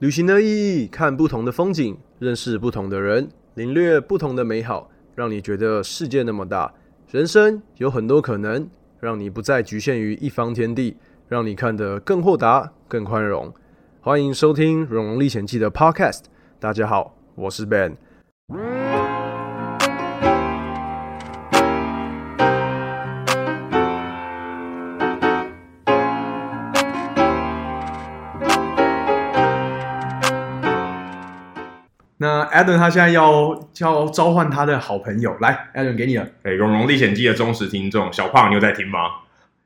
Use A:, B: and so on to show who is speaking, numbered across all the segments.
A: 旅行的意义，看不同的风景，认识不同的人，领略不同的美好，让你觉得世界那么大，人生有很多可能，让你不再局限于一方天地，让你看得更豁达、更宽容。欢迎收听《荣荣历险记》的 Podcast。大家好，我是 Ben。
B: 那 Adam 他现在要要召唤他的好朋友来，Adam 给你了，
C: 哎，《荣荣历险记》的忠实听众小胖，你有在听吗？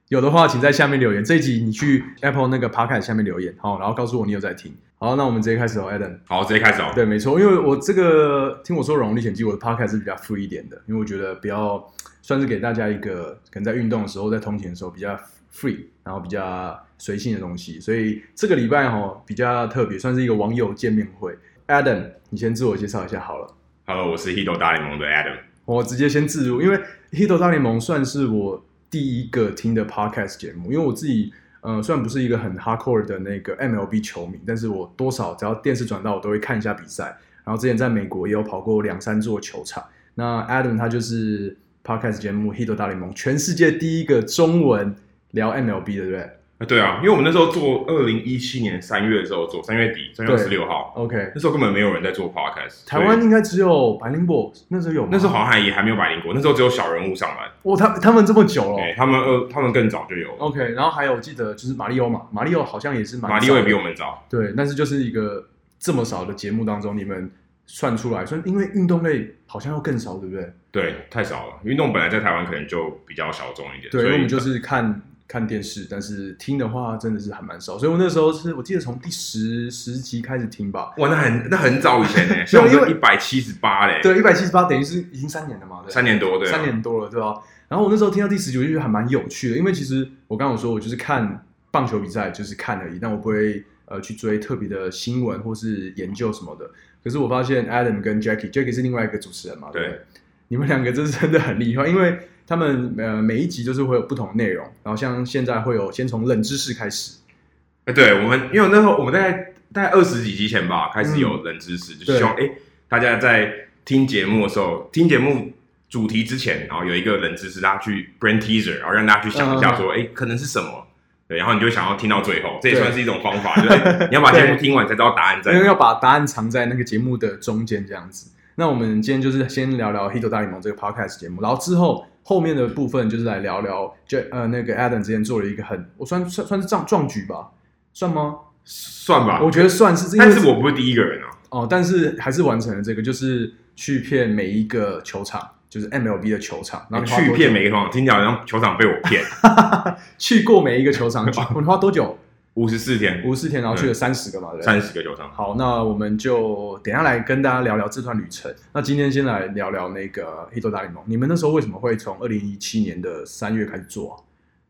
B: 有的话请在下面留言。这一集你去 Apple 那个 Podcast 下面留言，好，然后告诉我你有在听。好，那我们直接开始哦，Adam。
C: 好，直接开始哦。
B: 对，没错，因为我这个听我说《荣历险记》，我的 Podcast 是比较 free 一点的，因为我觉得比较算是给大家一个可能在运动的时候、在通勤的时候比较 free，然后比较随性的东西。所以这个礼拜哦比较特别，算是一个网友见面会。Adam，你先自我介绍一下好了。
C: Hello，我是 Hito 大联盟的 Adam。
B: 我直接先自入，因为《Hito 大联盟》算是我第一个听的 podcast 节目，因为我自己呃虽然不是一个很 hardcore 的那个 MLB 球迷，但是我多少只要电视转到我都会看一下比赛。然后之前在美国也有跑过两三座球场。那 Adam 他就是 podcast 节目《Hito 大联盟》全世界第一个中文聊 MLB 的，对不对
C: 啊对啊，因为我们那时候做二零一七年三月的时候做，三月底，三月
B: 对
C: 十六号，
B: ？OK，
C: 那时候根本没有人在做 podcast。
B: 台湾应该只有白灵博那时候有吗，
C: 那时候好像还也还没有百灵果，那时候只有小人物上来。
B: 哇，他他们这么久了哦。
C: 哎、他们呃，他们更早就有了，
B: OK，然后还有我记得就是马里奥嘛，马里奥好像也是蛮
C: 马里
B: 少
C: 奥
B: 的
C: 也比我们早。
B: 对，但是就是一个这么少的节目当中，你们算出来，算因为运动类好像要更少，对不对？
C: 对，太少了。运动本来在台湾可能就比较小众一点，
B: 对，因
C: 所
B: 为我
C: 以
B: 们就是看看电视，但是听的话真的是还蛮少，所以我那时候是我记得从第十十集开始听吧，
C: 哇，那很那很早以 前呢、像我
B: 因为
C: 们一百七十八嘞，，
B: 对，一百七十八等于是已经三年了嘛，对，
C: 三年多对啊、
B: 三年多了，对吧、然后我那时候听到第十集，我就觉得还蛮有趣的，因为其实我刚刚有说，我就是看棒球比赛，就是看而已，但我不会呃去追特别的新闻或是研究什么的。可是我发现 Adam 跟 Jackie，Jackie 是另外一个主持人嘛，对不对？你们两个真是真的很厉害，因为他们呃每一集就是会有不同的内容，然后像现在会有先从冷知识开始，
C: 哎，对我们，因为那时候我们大概大概二十几集前吧，开始有冷知识，
B: 嗯
C: 就
B: 对
C: 希望哎大家在听节目的时候，听节目主题之前，然后有一个冷知识，大家去 brain teaser，然后让大家去想一
B: 嗯
C: 下说，哎、可能是什么。对，然后你就想要听到最后，这也
B: 对
C: 算是一种方法，就是 哎你要把节目听完才知道答案在
B: 因为
C: 哪。
B: 要把答案藏在那个节目的中间这样子。那我们今天就是先聊聊《Hito 大联盟》这个 podcast 节目，然后之后后面的部分就是来聊聊，就呃那个 Adam 之前做了一个很，我算算算是壮壮举吧，算吗？
C: 算吧，
B: 我觉得算是，因为
C: 但是我不是第一个人啊。
B: 哦，但是还是完成了这个，就是去骗每一个球场，就是 MLB 的球场，然后你花多
C: 去
B: 久
C: 骗每个球场，听起来好像球场被我 骗。
B: 去过每一个球 场，我们花多久？
C: 五十四天，
B: 五十天，然后去了三十个嘛，对不对？
C: 嗯三十个球场，
B: 好，那我们就等一下来跟大家聊聊这段旅程。那今天先来聊聊那个《黑豆大联盟》，你们那时候为什么会从二零一七年的三月开始做啊？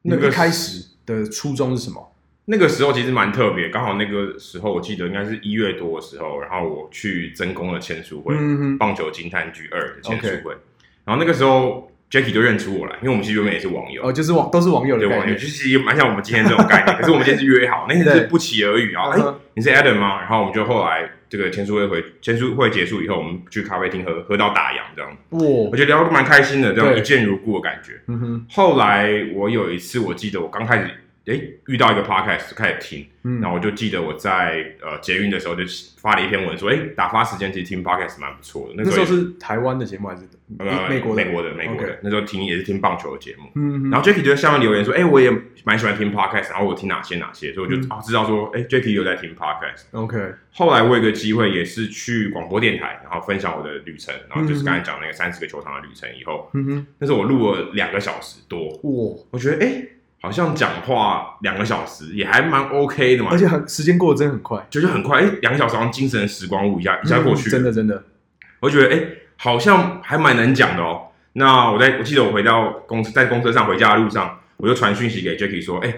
B: 你们
C: 那个
B: 一开始的初衷是什么？
C: 那个时候其实蛮特别，刚好那个时候我记得应该是一月多的时候，然后我去真宫的签书会，
B: 嗯哼，
C: 棒球惊叹剧二的签书会然后那个时候 Jacky 就认出我来，因为我们其实原本也是网友，
B: 哦，就是网都是网友的
C: 对
B: 概
C: 网友，
B: 念
C: 就。是也蛮像我们今天这种概念，可是我们今天是约好，那天是不期而遇啊，
B: 嗯
C: 哎、
B: 哼
C: 你是 Adam 吗？然后我们就后来这个签书会回签书会结束以后，我们去咖啡厅喝喝到打烊这样，我
B: 哇，
C: 觉得聊得蛮开心的，这样
B: 对
C: 一见如故的感觉。
B: 嗯哼，
C: 后来我有一次，我记得我刚开始哎遇到一个 podcast 开始听，
B: 嗯，
C: 然后我就记得我在呃捷运的时候就发了一篇文说，哎，打发时间其实听 podcast 蛮不错的。那
B: 那时
C: 时
B: 候
C: 候也
B: 是台湾的节目还是
C: 呃
B: 美国的？
C: 美国的美国
B: OK
C: 的，那时候听也是听棒球的节目。
B: 嗯哼，
C: 然后 Jacky 就在下面留言说，哎，我也蛮喜欢听 podcast，然后我听哪些哪些，所以我就
B: 嗯
C: 啊知道说，哎，Jacky 有在听 podcast。
B: OK，
C: 后来我有一个机会也是去广播电台，然后分享我的旅程，然后就是刚才讲那个三十个球场的旅程以后，
B: 嗯哼，
C: 那时候我录了两个小时多，
B: 哇，
C: 我觉得哎、诶好像讲话两个小时也还蛮 OK 的嘛，
B: 而且很时间过得真的很快，
C: 就是很快，哎、两个小时好像精神时光物一下一下过去
B: 嗯
C: 了，
B: 真的真的，
C: 我觉得哎、诶好像还蛮能讲的哦。那我在我记得我回到公司，在公车上回家的路上，我就传讯息给 Jacky 说，哎、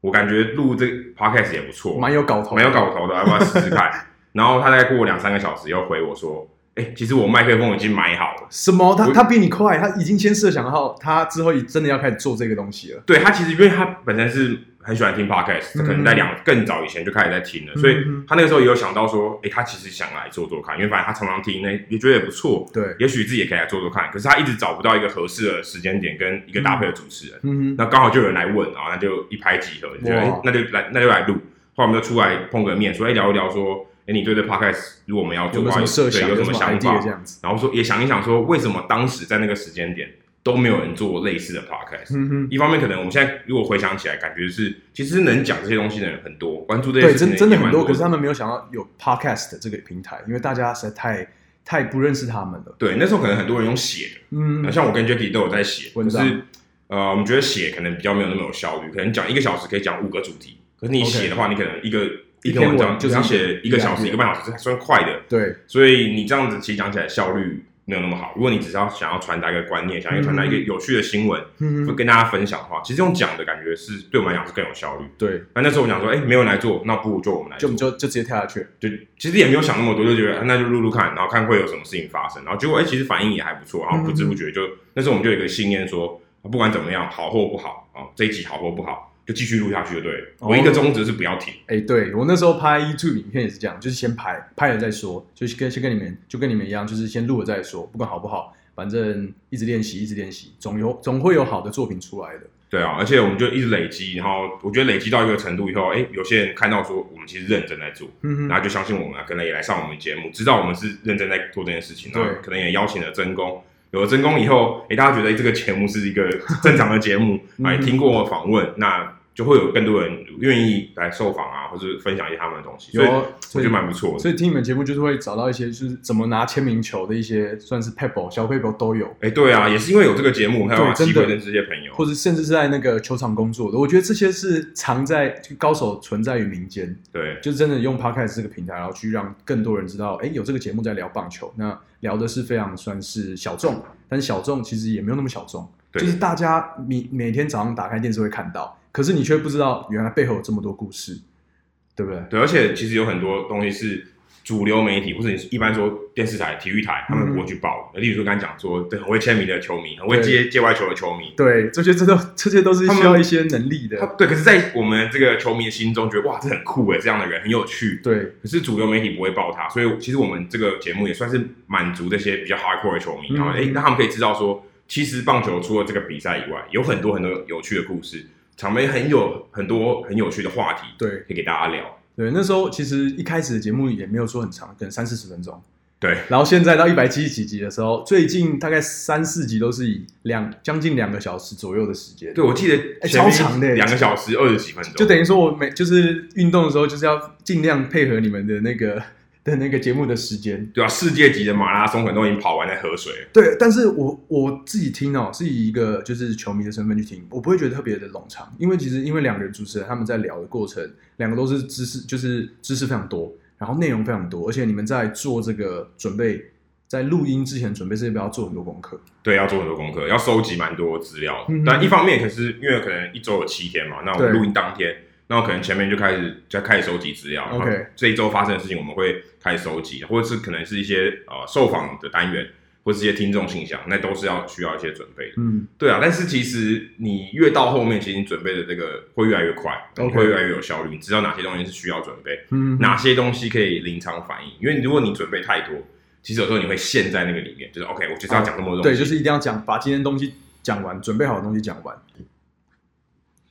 C: 我感觉录这个 podcast 也不错，
B: 蛮有搞头，
C: 蛮有搞头的，要不要试试 看？然后他大概过两三个小时又回我说，哎、其实我麦克风已经买好了。
B: 什么？他
C: 我
B: 他比你快，他已经先设想好，他之后真的要开始做这个东西了。
C: 对他其实因为他本身是很喜欢听 podcast，可能在两更早以前就开始在听了，所以
B: 嗯
C: 他那个时候也有想到说，哎诶，他其实想来做做看，因为反正他常常听，那也觉得也不错，
B: 对，
C: 也许自己也可以来做做看。可是他一直找不到一个合适的时间点跟一个搭配的主持人，
B: 嗯哼，
C: 那刚好就有人来问，然哦后那就一拍即合，就觉得
B: 哇
C: 诶那就来那就来录。后来我们就出来碰个面，说诶聊一聊说，诶，你对这 podcast 如果我们要
B: 有
C: 做
B: 没有
C: 的
B: 什
C: 话，
B: 么设想？
C: 对，有什么
B: 么
C: 想
B: idea
C: 法
B: 这？样子？
C: 然后说也想一想说，为什么当时在那个时间点都没有人做类似的 podcast？、
B: 嗯哼，
C: 一方面，可能我们现在如果回想起来，感觉是其实能讲这些东西的人很多，关注这些
B: 对，
C: 事情
B: 真真的
C: 也
B: 很
C: 蛮
B: 多，
C: 多
B: 可是他们没有想到有 podcast 这个平台，因为大家实在太太不认识他们了。
C: 对那时候可能很多人用写的，
B: 嗯，
C: 像我跟 Jacky 都有在写，
B: 文
C: 可
B: 章
C: 是呃，我们觉得写可能比较没有那么有效率，可能讲一个小时可以讲五个主题，可是你
B: OK
C: 写的话，你可能一个
B: 一
C: 一
B: 篇
C: 篇
B: 文
C: 文章就是
B: 章
C: 写一个小时、
B: 一
C: 一个半小时，还算快的，
B: 对，
C: 所以你这样子其实讲起来效率没有那么好。如果你只是要想要传达一个观念，想要传达一个有趣的新闻。
B: 嗯
C: 会
B: 哼，
C: 跟大家分享的话，其实用讲的感觉是对我们来讲是更有效率。
B: 对，
C: 那那时候我想说，哎、没有人来做，那不如就我们来
B: 就
C: 做
B: 我。们就就直接跳下去。
C: 就其实也没有想那么多，就觉得啊那就录录看，然后看会有什么事情发生。然后结果哎、其实反应也还不错，然后不知不觉就、那时候我们就有一个信念说，啊不管怎么样，好或不好啊、哦这一集好或不好，就继续录下去就对了。
B: 哦
C: 唯一的宗旨是不要停。
B: 哎，对我那时候拍 YouTube 影片也是这样，就是先拍拍了再说，就是跟先跟你们就跟你们一样，就是先录了再说，不管好不好，反正一直练习，一直练习，总有总会有好的作品出来的。
C: 对啊，而且我们就一直累积，然后我觉得累积到一个程度以后，哎、有些人看到说我们其实认真在做，
B: 嗯
C: 然，后就相信我们啊，可能也来上我们节目，知道我们是认真在做这件事情，
B: 对
C: 然后可能也邀请了真公。有了真公以后，诶，大家觉得这个节目是一个正常的节目，
B: 嗯
C: 啊，也听过访问，那就会有更多人愿意来受访啊，或者分享一些他们的东西，所以我
B: 有，啊
C: 觉得蛮不错的。
B: 所以听你们节目就是会找到一些就是怎么拿签名球的一些算是 pebble 小 pebble 都有，
C: 哎，对啊，也是因为有这个节目，我们才有
B: 对真
C: 机
B: 的
C: 会认识这些朋友。
B: 或者甚至是在那个球场工作的，我觉得这些是藏在就高手存在于民间，
C: 对，
B: 就是真的用 podcast 这个平台，然后去让更多人知道，哎，有这个节目在聊棒球，那聊的是非常算是小众，但是小众其实也没有那么小众，
C: 对
B: 就是大家每每天早上打开电视会看到，可是你却不知道原来背后有这么多故事，对不对？
C: 对，而且其实有很多东西是主流媒体或者你一般说电视台、体育台，他们不会去报的。例如说刚才讲说，对，很会签名的球迷，很会
B: 嗯对
C: 接界外球的球迷，
B: 对，这些这都这些都是
C: 他们
B: 需要一些能力
C: 他
B: 的，
C: 对，可是，在我们这个球迷的心中，觉得哇，这很酷欸诶，这样的人很有趣。
B: 对。
C: 可是主流媒体不会报他，所以其实我们这个节目也算是满足这些比较 hardcore 的球迷，
B: 嗯
C: 然后诶，让他们可以知道说，其实棒球除了这个比赛以外，有很多很多有趣的故事，场面很有很多很有趣的话题，
B: 对
C: 可以给大家聊。
B: 对，那时候其实一开始的节目也没有说很长，可能三四十分钟。
C: 对，
B: 然后现在到一百七十几集的时候，最近大概三四集都是以两将近两个小时左右的时间。
C: 对，，我记
B: 诶
C: 得
B: 超长的欸
C: 两个小时二十几分钟，
B: 就等于说我每就是运动的时候，就是要尽量配合你们的那个的那个节目的时间。
C: 对啊，世界级的马拉松可能都已经跑完在河水了。
B: 对，但是我我自己听哦，是以一个就是球迷的身份去听，我不会觉得特别的冗长，因为其实因为两个人主持人他们在聊的过程，两个都是知识，就是知识非常多，然后内容非常多，而且你们在做这个准备，在录音之前准备这些，要做很多功课。
C: 对，要做很多功课，要收集蛮多资料的。
B: 嗯
C: 但一方面，可是因为可能一周有七天嘛，那我们
B: 对
C: 录音当天，那我可能前面就开始就开始收集资料。然后
B: OK
C: 这一周发生的事情，我们会开始收集，或者是可能是一些呃受访的单元，或是一些听众信箱，那都是要需要一些准备的。
B: 嗯，
C: 对啊，但是其实你越到后面，其实你准备的这个会越来越快
B: OK
C: 你会越来越有效率。你知道哪些东西是需要准备，
B: 嗯
C: 哪些东西可以临场反应，因为如果你准备太多。其实有时候你会陷在那个里面，就是 OK，我就是要讲那么
B: 哦
C: 多东西，
B: 对，就是一定要讲，把今天东西讲完，准备好的东西讲完。
C: 哦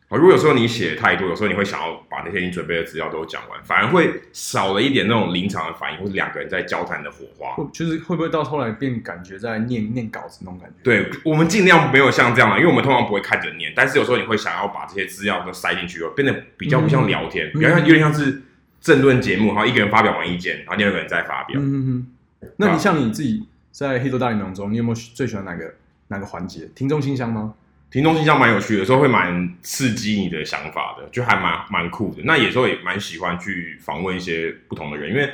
C: 好，如果有时候你写太多，有时候你会想要把那些你准备的资料都讲完，反而会少了一点那种临场的反应，或者两个人在交谈的火花。
B: 会就是会不会到后来变感觉在念念稿子那种感觉？
C: 对我们尽量没有像这样嘛，因为我们通常不会看着念，但是有时候你会想要把这些资料都塞进去，变得比较不像聊天，比较像有点像是政论节目，然后一个人发表完意见，然后另外一个人再发表。
B: 嗯嗯嗯。那你
C: 啊
B: 像你自己在黑头大联盟中，你有没有最喜欢哪个哪个环节？听众信箱吗？
C: 听众信箱蛮有趣的，有时候会蛮刺激你的想法的，就还蛮蛮酷的。那有时候也蛮喜欢去访问一些不同的人，因为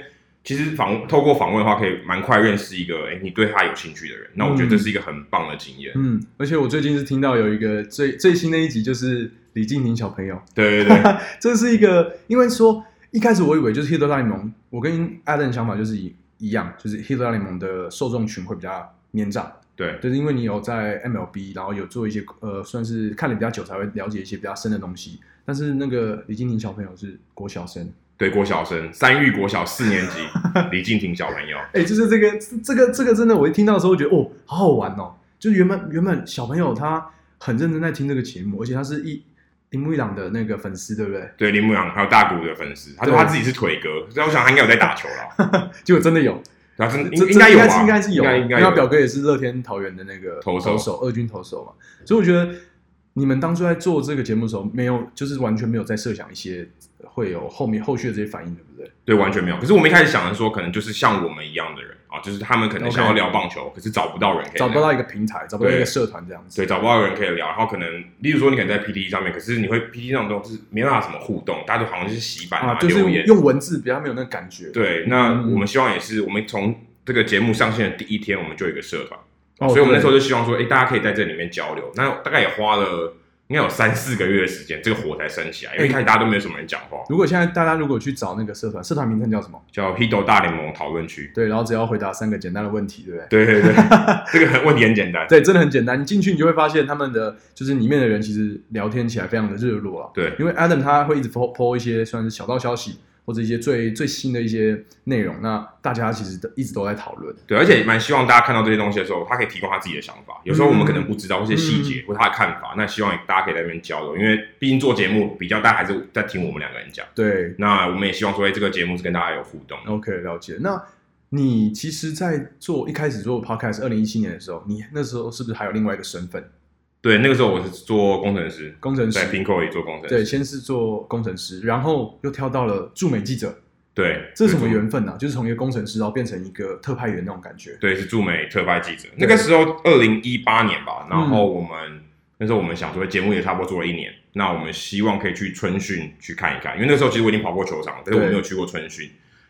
C: 其实访透过访问的话，可以蛮快认识一个哎、诶你对他有兴趣的人。那我觉得这是一个很棒的经验。
B: 嗯，而且我最近是听到有一个最最新的一集，就是李敬廷小朋友，
C: 对对对，
B: 这是一个，因为说一开始我以为就是 Hit 大联盟，我跟 Adam 想法就是一一样，就是 Hit 大联盟的受众群会比较年长，
C: 对
B: 就是因为你有在 MLB，然后有做一些呃，算是看的比较久才会了解一些比较深的东西。但是那个李金廷小朋友是国小生，
C: 对，国小生，三育国小四年级，李敬廷小朋友，
B: 哎、就是这个这个这个真的，我一听到的时候觉得哦，好好玩哦。就是原本原本小朋友他很认真在听这个节目，而且他是一铃木一朗的那个粉丝，对不对？
C: 对，林牧阳还有大谷的粉丝，他说他自己是腿哥，所以我想他应该有在打球 啦，
B: 结果真的有，
C: 然后
B: 这
C: 嗯应应该有
B: 这
C: 吧，
B: 应该是有，啊
C: 应该应该
B: 因为他
C: 有
B: 表哥也是乐天桃园的那个
C: 投手
B: 手，二军投手嘛。所以我觉得你们当初在做这个节目的时候，没有就是完全没有在设想一些会有后面后续的这些反应，对不对？
C: 对，完全没有。可是我们一开始想的说，可能就是像我们一样的人啊，就是他们可能
B: OK
C: 想要聊棒球可是找不到人可以聊，
B: 找不到一个平台，找不到一
C: 对
B: 个社团这样子。啊
C: 对，找不到人可以聊。然后可能，例如说你可能在 PT 上面，可是你会 PT 上都是没办法什么互动，大家都好像就是洗版
B: 啊，就是
C: 留言。
B: 用文字比较没有那个感觉。
C: 对，那
B: 嗯
C: 我们希望也是，我们从这个节目上线的第一天，我们就有一个社团，
B: 哦，
C: 所以我们那时候
B: 对
C: 就希望说，哎，大家可以在这里面交流。那大概也花了应该有三四个月的时间，这个火才升起来，因为一开始大家都没有什么人讲话，
B: 如果现在大家如果去找那个社团，社团名称叫什么？
C: 叫 Hito 大联盟讨论区。
B: 对，然后只要回答三个简单的问题，对不对？
C: 对对对，这个很问题很简单。
B: 对，真的很简单。你进去你就会发现，他们的就是里面的人其实聊天起来非常的热络啊。
C: 对
B: 因为 Adam 他会一直 po po 一些算是小道消息或者一些最最新的一些内容，那大家其实都一直都在讨论。
C: 对，而且也蛮希望大家看到这些东西的时候，他可以提供他自己的想法。有时候我们可能不知道一些细
B: 嗯
C: 节或他的看法，那希望大家可以在那边交流，因为毕竟做节目比较大家还是在听我们两个人讲。
B: 对
C: 那我们也希望说，哎，这个节目是跟大家有互动的。
B: ，OK，了解。那你其实，在做一开始做 podcast，二零一七年的时候，你那时候是不是还有另外一个身份，
C: 对，那个时候我是做工程师，
B: 工程师
C: 在？Pinko 也做工程
B: 对，
C: 师。
B: 先是做工程师，然后又跳到了驻美记者，
C: 对，
B: 这是什么
C: 就是
B: 缘分呢、啊？就是从一个工程师，然后变成一个特派员那种感觉。
C: 对，是驻美特派记者。那个时候二零一八年吧，然
B: 嗯
C: 后我们、那时候我们想说节目也差不多做了一年，那我们希望可以去春训去看一看，因为那时候其实我已经跑过球场了，但是我
B: 对
C: 没有去过春训，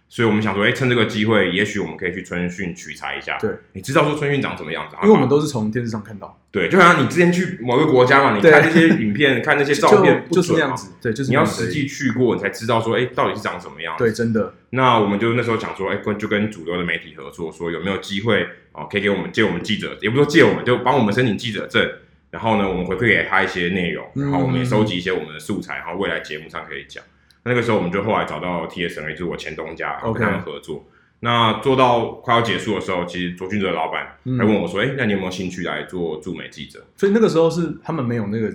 C: 所以我们想说，哎、趁这个机会，也许我们可以去春训取材一下。
B: 对，
C: 你知道说春训长什么样子？啊
B: 因为我们都是从电视上看到，
C: 对，就好像你之前去某个国家嘛，你
B: 对
C: 看那些影片，看那些
B: 就
C: 照片，不
B: 就就是
C: 准
B: 那
C: 嘛
B: 样。子，对，就是
C: 你
B: 那
C: 要
B: 样子
C: 实际去过，你才知道说，哎、到底是长什么样子
B: 对，真的，
C: 那我们就那时候想说，哎、跟就跟主流的媒体合作，说有没有机会哦，可以给我们借我们记者，也不是说借我们，就帮我们申请记者证。然后呢，我们回馈给他一些内容，
B: 嗯
C: 然后我们也收集一些我们的素材，然后未来节目上可以讲。那个时候我们就后来找到 TSNA，就是我前东家，然后跟
B: OK
C: 他们合作。那做到快要结束的时候，其实卓俊哲老板
B: 嗯
C: 还问我说：“哎、那你有没有兴趣来做驻美记者
B: 所以那个时候是他们没有那个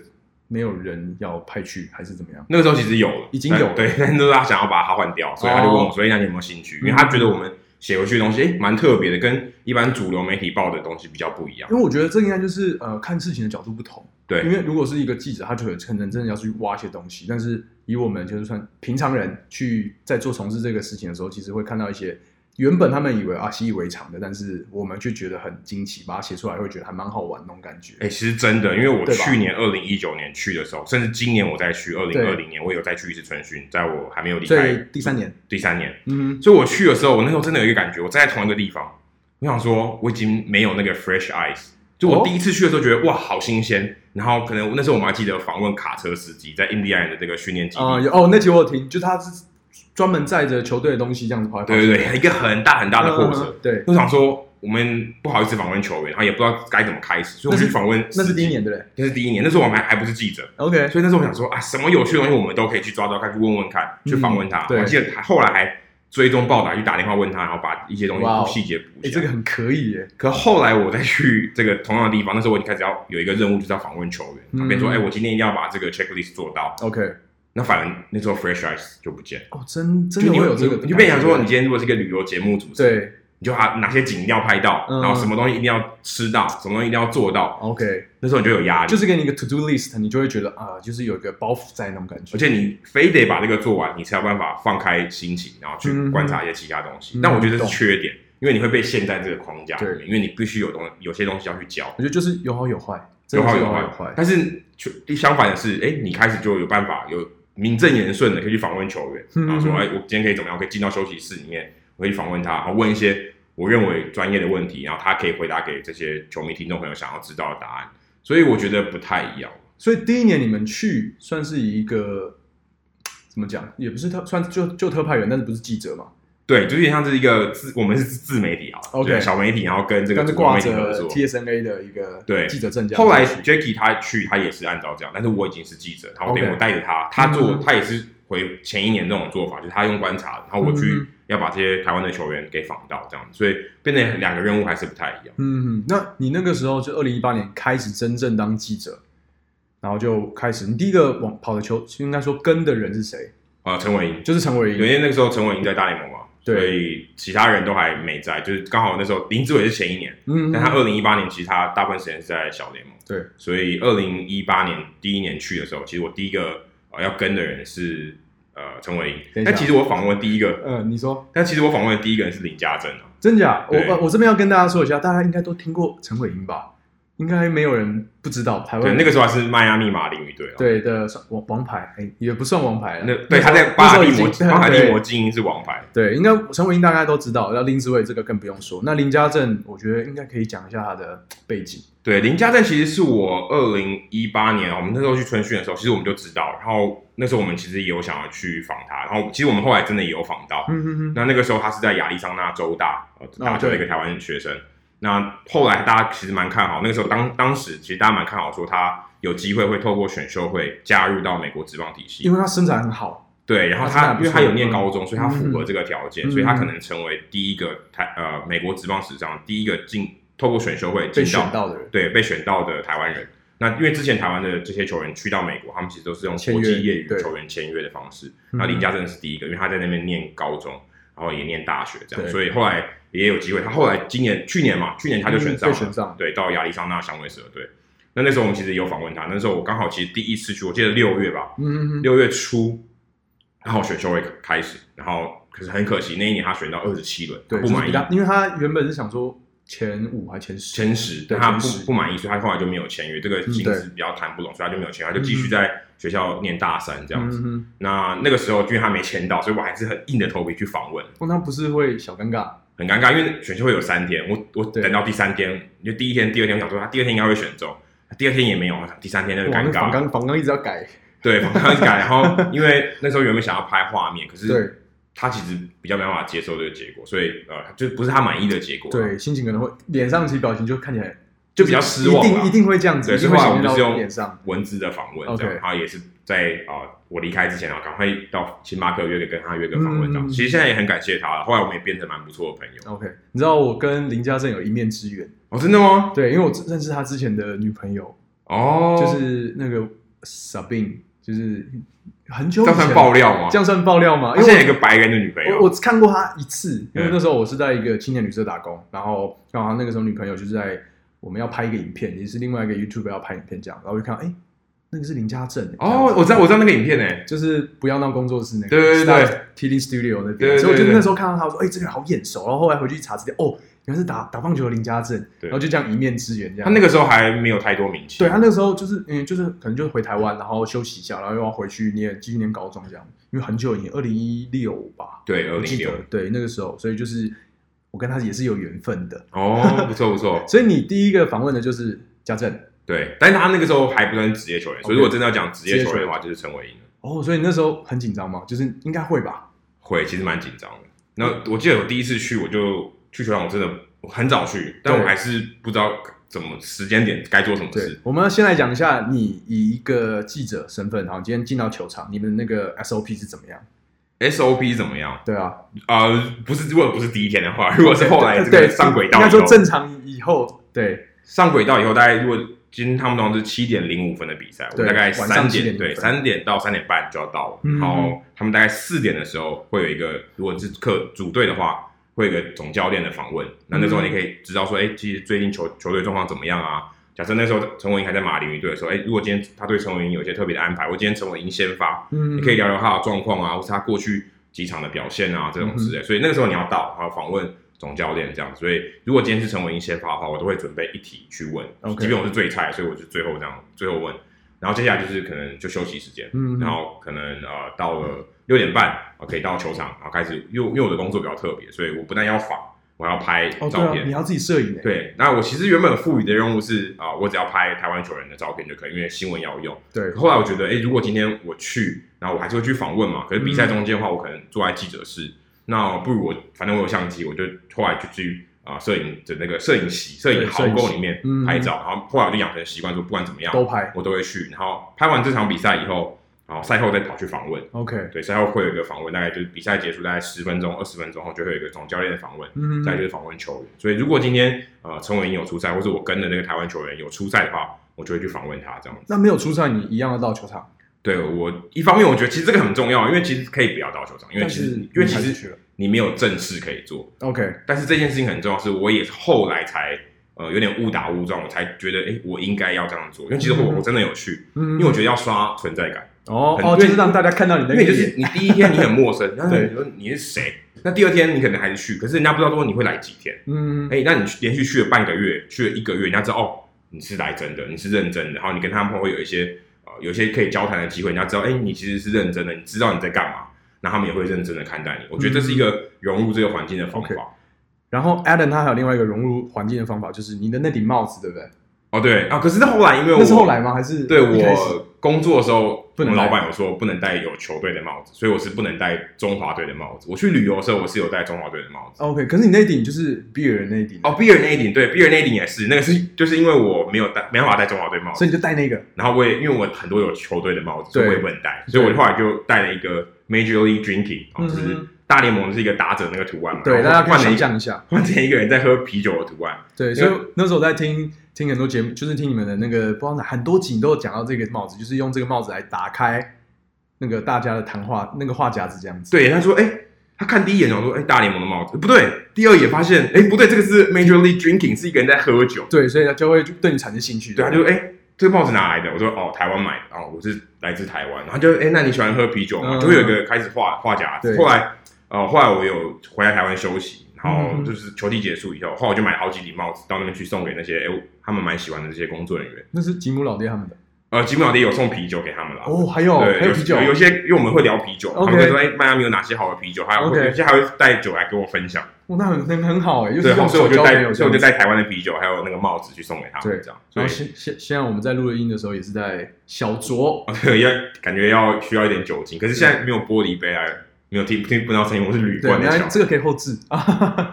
B: 没有人要派去，还是怎么样？”？
C: 那个时候其实有了，
B: 已经有了哦
C: 但对， 但是他想要把它换掉，所以他就问我说：“哎、那你有没有兴趣？”因为
B: 嗯
C: 他觉得我们写回去的东西，哎、蛮特别的，跟一般主流媒体报的东西比较不一样
B: 因。为我觉得这应该就是呃，看事情的角度不同。
C: 对
B: 因为如果是一个记者，他就有可能真的要去挖一些东西，但是以我们就是算平常人去在做从事这个事情的时候，其实会看到一些原本他们以为啊习以为常的，但是我们却觉得很惊奇，把它写出来会觉得还蛮好玩那种感觉。
C: 哎、其实真的，因为我
B: 对吧
C: 去年二零一九年去的时候，甚至今年我再去二零二零年，我有再去一次春训，在我还没有离
B: 所
C: 开
B: 以第三年，
C: 第三年，
B: 嗯，
C: 所以我去的时候，我那时候真的有一个感觉，我站在同一个地方，我想说我已经没有那个 fresh eyes。就
B: 哦
C: 我第一次去的时候，觉得、哇，好新鲜。然后可能那时候我们还记得访问卡车司机在印第安人的这个训练基地
B: 啊、有哦，那集我有听，就他是专门载着球队的东西这样子跑来跑去，
C: 对对对，一个很大很大的货
B: 嗯
C: 车。
B: 嗯嗯对，
C: 我想说，我们不好意思访问球员，然后也不知道该怎么开始，所以我们去访问。
B: 那是第一，年对不对
C: 那是第一年，那时候我们还还不是记者，
B: ？OK，
C: 所以那时候我想说啊，什么有趣的东西我们都可以去抓抓看，去问问看，去访问他。
B: 嗯对
C: 我记得他后来还追踪报道，去打电话问他，然后把一些东
B: 哇哦
C: 西细节补
B: 哎、
C: 一下
B: 这个。很可以耶，
C: 可后来我再去这个同样的地方，那时候我已经开始要有一个任务，就是要访问球员。
B: 嗯
C: 他便说，哎，我今天一定要把这个 checklist 做到。
B: OK，
C: 那反而那时候 fresh eyes 就不见了，
B: 哦，真真
C: 就
B: 的
C: 你
B: 会有这个
C: 你就变
B: 感
C: 成
B: 觉
C: 说，你今天如果是一个旅游节目主持人，
B: 对
C: 你就把哪些景一定要拍到，
B: 嗯
C: 然后什么东西一定要吃到，什么东西一定要做到，
B: OK，
C: 那时候你就有压力，
B: 就是给你一个 to do list，你就会觉得啊、就是有一个包袱在那种感觉。
C: 而且你非得把这个做完，你才有办法放开心情，然后去
B: 嗯
C: 观察一些其他东西。
B: 嗯
C: 但我觉得这
B: 懂
C: 是缺点，因为你会被陷在这个框架里
B: 对
C: 面，因为你必须有东有些东西要去教，
B: 我觉得就是有好有坏，真
C: 有
B: 的
C: 好
B: 是
C: 有
B: 好
C: 坏
B: 有坏。
C: 但是就相反的是，哎，你开始就有办法有名正言顺的可以去访问球员，
B: 嗯
C: 然后说，
B: 嗯
C: 哎，我今天可以怎么样？我可以进到休息室里面，我可以访问他，然后问一些我认为专业的问题，然后他可以回答给这些球迷听众朋友想要知道的答案。所以我觉得不太一样。
B: 所以第一年你们去算是一个怎么讲，也不是特算就就特派员，但是不是记者嘛？
C: 对，就是像是一个自，我们是自媒体啊
B: OK
C: 对小媒体，然后跟这个
B: 但是
C: 主流
B: 挂
C: 媒体合
B: 着
C: 作。
B: TSNA 的一个
C: 对
B: 记者证件。
C: 后来 Jacky 他去，他也是按照这样，但是我已经是记者，然后等
B: OK
C: 我带着他，他做、
B: 嗯
C: 他也是回前一年那种做法，就是他用观察，然后我去
B: 嗯
C: 要把这些台湾的球员给访到这样，所以变成两个任务还是不太一样。
B: 嗯，那你那个时候就二零一八年开始真正当记者，然后就开始你第一个往跑的球，应该说跟的人是谁？
C: 啊，陈伟霆，
B: 就是陈伟
C: 因为
B: 霆。
C: 那个时候陈伟霆在大联盟嘛，
B: 对
C: 所以其他人都还没在，就是刚好那时候林志伟是前一年，
B: 嗯，
C: 但他二零一八年其实他大部分时间是在小联盟，
B: 对，
C: 所以二零一八年第一年去的时候，其实我第一个呃要跟的人是呃陈伟
B: 等
C: 霆，
B: 一下
C: 但其实我访问第一个，
B: 呃，你说
C: 但其实我访问的第一个人是林家正啊，
B: 真假？我
C: 对
B: 呃我这边要跟大家说一下，大家应该都听过陈伟霆吧？应该没有人不知道台
C: 对，
B: 湾
C: 那个时候还是迈阿密马林鱼队啊，，
B: 哦对的王王牌，哎、也不算王牌了。
C: 那对他在
B: 那时
C: 巴
B: 候
C: 尔
B: 已
C: 的
B: 经
C: 摩巴尔的
B: 对
C: 摩精英是王牌，
B: 对，应该陈伟霆大家都知道，那林志伟这个更不用说。那林家正，我觉得应该可以讲一下他的背景。
C: 对，林家正其实是我二零一八年，啊我们那时候去春训的时候，其实我们就知道，然后那时候我们其实也有想要去访他，然后其实我们后来真的也有访到。
B: 嗯哦哼哼，
C: 那那个时候他是在亚利桑那州大呃打球的一个台湾学生，那后来大家其实蛮看好，那个时候当当时其实大家蛮看好说他有机会会透过选秀会加入到美国职棒体系
B: 因，为他身材很好，
C: 对，然后
B: 他是
C: 他
B: 蛮不
C: 因为
B: 错
C: 他
B: 的
C: 有念高中，所以他
B: 嗯
C: 符合这个条件，
B: 嗯
C: 所以他可能成为第一个台呃美国职棒史上第一个进透过选秀会
B: 被
C: 进
B: 选到的人。
C: 对被选到的台湾人。那因为之前台湾的这些球员去到美国，他们其实都是用
B: 签约
C: 国际业余
B: 对
C: 球员签约的方式。
B: 嗯
C: 那林家正是第一个，因为他在那边念高中，然后也念大学这样，
B: 对
C: 所以后来也有机会。他后来今年去年嘛，去年他就选
B: 嗯
C: 上了，
B: 被选上
C: 对，到亚利桑那响尾蛇队。那那时候我们其实也有访问他，那时候我刚好其实第一次去，我记得六月吧，
B: 嗯哼哼，
C: 六月初，然后选秀会开始，然后可是很可惜那一年他选到二十七轮，
B: 对，
C: 他不
B: 就是
C: 满
B: 比
C: 意，
B: 他，因为他原本是想说前五还前十，
C: 前十，
B: 对
C: 但他
B: 前
C: 不
B: 十嗯
C: 不。满意，所以他后来就没有签约，这个薪
B: 对
C: 资比较谈不拢，所以他就没有签约，他就继续在学校念大三这样
B: 嗯
C: 子。
B: 哼，
C: 那那个时候因为他没签到，所以我还是很硬着头皮去访问，
B: 哦那他不是会小尴尬？
C: 很尴尬，因为选秀会有三天，我我
B: 对
C: 等到第三天，就第一天、第二天，我想说他啊第二天应该会选中，第二天也没有，第三天就
B: 哇
C: 尴
B: 那
C: 尬
B: 仿
C: 了，
B: 刚仿刚一直要改，
C: 对，反刚改，然后因为那时候原本想要拍画面，可
B: 对
C: 是他其实比较没办法接受这个结果，所以呃，就不是他满意的结果，，
B: 对，心情可能会脸上其实表情就看起来
C: 啊就比较失望
B: 一
C: 啦
B: 定一定会这样子，
C: 对，
B: 一
C: 所
B: 定
C: 以
B: 会
C: 后来
B: 显现
C: 我们就是
B: 到
C: 用
B: 脸上。
C: 文字的访问
B: OK
C: 这样，然后也是在啊、呃我离开之前啊，赶快到星巴克约个跟他约个访问这样。
B: 嗯
C: 其实现在也很感谢他了，后来我们也变成蛮不错的朋友。
B: OK，你知道我跟林家正有一面之缘，
C: 哦，真的吗？
B: 对，因为我认识他之前的女朋友，
C: 哦，
B: 就是那个 Sabine，就是很久以
C: 这
B: 前
C: 样算爆，料吗？
B: 这样算爆料吗？
C: 他
B: 因
C: 现在有一
B: 为
C: 个白人的女朋
B: 我
C: 友，
B: 我我只看过他一次，因为
C: 嗯
B: 那时候我是在一个青年旅社打工，然后刚好他那个时候女朋友就是在我们要拍一个影片，也是另外一个 YouTube 要拍影片这样，然后我就看到哎、那个是林家正
C: 哦，我知道，我知道那个影片呢。
B: 就是不要闹工作室那个，
C: 对对对
B: ，T D Studio 那边，
C: 对对对
B: 所以我就
C: 对
B: 那时候看到他我说，哎、这个人好眼熟，然后后来回去一查资料，哦，原来是打打棒球的林家正，
C: 对
B: 然后就这样一面之缘这样。
C: 他那个时候还没有太多名气，
B: 对他那个时候就是，嗯，就是可能就回台湾，然后休息一下，然后又要回去念继续念高中这样，因为很久以前，二零一六吧，
C: 对，二
B: 我
C: 零
B: 记
C: 六
B: 得，对那个时候，所以就是我跟他也是有缘分的。
C: 哦，不错不错，
B: 所以你第一个访问的就是家正，
C: 对，但是他那个时候还不算职业球员，所
B: OK
C: 以如果真的要讲职业球员的话，就是陈伟霆了。
B: 哦，所以你那时候很紧张吗？就是应该会吧？
C: 会，其实蛮紧张的。那我记得我第一次去，我就去球场，我真的很早去，但我还是不知道怎么时间点该做什么
B: 对
C: 事。，
B: 我们要先来讲一下你以一个记者身份，好，今天进到球场，你们那个 SOP 是怎么样？
C: SOP 怎么样？
B: 对啊，
C: 呃，不是，如果不是第一天的话， 如果是后来这
B: 对
C: 个上轨
B: 应
C: 道
B: 该
C: 以
B: 说
C: 后，
B: 正常以后，对，
C: 上轨道以后，大概如果今天他们通常是七点零五分的比赛，我
B: 对
C: 大概
B: 晚上
C: 三
B: 7:05
C: 点
B: 分
C: 对三点到三点半就要到了，
B: 嗯
C: 然后他们大概四点的时候会有一个，如果是客组队的话，会有一个总教练的访问，那那时候你可以知道说，哎、其实最近球球队状况怎么样啊？假设那时候陈伟霆还在马林鱼队的时候，哎、如果今天他对陈伟霆有一些特别的安排，我今天陈伟霆先发，
B: 嗯
C: 你可以聊聊他的状况啊，或是他过去几场的表现啊这
B: 嗯
C: 种之类。所以那个时候你要到，然后访问总教练这样。所以如果今天是陈伟霆先发的话，我都会准备一题去问
B: OK
C: 即便我是最菜，所以我就最后这样最后问。然后接下来就是可能就休息时间，
B: 嗯
C: 然后可能呃到了六点半，我可以到球场，然后开始，因为因为我的工作比较特别，所以我不但要访，我还要拍
B: 哦，对啊
C: 照，
B: 你
C: 片。
B: 要自己摄影欸
C: 对，那我其实原本赋予的任务是啊、我只要拍台湾球员的照片就可以，因为新闻要用。
B: 对
C: 后来我觉得，哎、如果今天我去，然后我还是会去访问嘛。可是比赛中间的话，我可能坐在记者室，那不如我反正我有相机，我就后来就去啊摄影的那个摄影席、摄影
B: 对
C: 壕
B: 摄影
C: 沟
B: 席
C: 里面
B: 嗯
C: 拍照，然后后来我就养成习惯，说不管怎么样，
B: 都拍
C: 我都会去。然后拍完这场比赛以后，然后赛后再跑去访问。
B: ，OK，
C: 对，赛后会有一个访问，大概就是比赛结束大概十分钟、二十分钟后，就会有一个总教练的访问，
B: 嗯
C: 再来就是访问球员。所以如果今天呃陈伟霆有出赛，或者我跟的那个台湾球员有出赛的话，我就会去访问他这样子。
B: 那没有出赛，你一样要到球场，
C: 对我一方面我觉得其实这个很重要，因为其实可以不要到球场，因为
B: 但
C: 其
B: 是
C: 实
B: 你
C: 因为其
B: 还是去
C: 实
B: 了
C: 你没有正事可以做。
B: ，OK，
C: 但是这件事情很重要，是我也是后来才呃有点误打误撞，我才觉得哎、诶我应该要这样做，因为其实我
B: 嗯
C: 我真的有去，
B: 嗯
C: 因为我觉得要刷存在感。
B: 得哦
C: 很
B: 哦，
C: 对
B: 就是让大家看到你的
C: 因
B: 那
C: 为
B: 个
C: 就是
B: 脸，
C: 你第一天你很陌生， 然后
B: 对
C: 你说你是谁？那第二天你可能还是去，可是人家不知道说你会来几天。
B: 嗯，
C: 哎、那你连续去了半个月，去了一个月，人家知道哦，你是来真的，你是认真的，然后你跟他们会有一些呃，有一些可以交谈的机会，人家知道，哎、你其实是认真的，你知道你在干嘛，那他们也会认真的看待你。我觉得这是一个融入这个环境的方法。
B: 嗯 OK 然后 Adam 他还有另外一个融入环境的方法，就是你的那顶帽子，对不对？
C: 哦，对啊，可是后来因为我
B: 那是后来吗？还是
C: 对
B: 一开始
C: 我工作的时候，
B: 不能
C: 我们
B: 戴
C: 老板有说不能戴有球队的帽子，所以我是不能戴中华队的帽子。我去旅游的时候，我是有戴中华队的帽子。
B: OK？可是你那顶就是比尔那顶，
C: 哦，比尔那一顶，对，比尔那一顶也是，那个是就是因为我没有戴，没办法戴中华队帽
B: 所
C: 子，
B: 以你就戴那个
C: 然后我也因为我很多有球队的帽子，所以
B: 对
C: 我也不能戴，所以我后来就戴了一个 Major League Drinking，、哦、
B: 嗯
C: 就是大联盟是一个打者那个图案嘛，
B: 对，大
C: 然
B: 家
C: 后
B: 可以
C: 换了
B: 想
C: 一个
B: 象一下。
C: 换成一个人在喝啤酒的图案，
B: 对，
C: 因
B: 所
C: 为
B: 以那时候我在听听很多节目，就是听你们的那个，不知道哪很多集你都有讲到这个帽子，就是用这个帽子来打开那个大家的谈话那个话匣子这样子。
C: 对，他说，哎、他看第一眼，然后说，哎、大联盟的帽子，不对，第二眼发现，哎、不对，这个是 Major League Drinking，是一个人在喝酒，
B: 对，所以他就会对你产生兴趣。
C: 对，他就，哎、这个帽子哪来的？我说，哦，台湾买的，哦，我是来自台湾，然后就，哎、那你喜欢喝啤酒吗？
B: 嗯
C: 就会有一个开始画画夹子，
B: 对
C: 后来，呃，后来我有回来台湾休息。然后
B: 嗯
C: 就是球季结束以后，后来我就买了好几顶帽子到那边去送给那些哎我他们蛮喜欢的这些工作人员。
B: 那是吉姆老爹他们的。
C: 呃，吉姆老爹有送啤酒给他们了，
B: 哦，还有
C: 对，
B: 还
C: 有
B: 啤酒
C: 有，有些因为我们会聊啤酒，他
B: OK
C: 们会说哎迈阿密有哪些好的啤酒，还有
B: OK
C: 有些还会带酒来跟我分享。
B: 哇，那很很很好哎，又是
C: 对，
B: 用
C: 所以我
B: 手
C: 就
B: 交朋
C: 带，
B: 友这样子，
C: 所以我就带台湾的啤酒，还有那个帽子去送给他们，
B: 对
C: 这样。所
B: 然
C: 以
B: 后现现现在我们在录音的时候也是在小酌，
C: 对 要感觉要需要一点酒精，可是现在没有玻璃杯啊，没有听听不到声音，我是铝
B: 对，
C: 罐
B: 你
C: 的
B: 看
C: 小。
B: 这个可以后置 啊。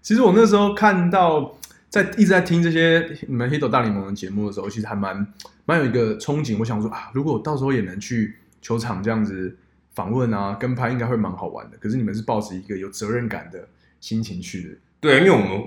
B: 其实我那时候看到在一直在听这些你们《黑斗大联盟》的节目的时候，其实还蛮蛮有一个憧憬。我想说啊，如果我到时候也能去球场这样子访问啊、跟拍，应该会蛮好玩的。可是你们是抱着一个有责任感的心情去的，
C: 对，因为我们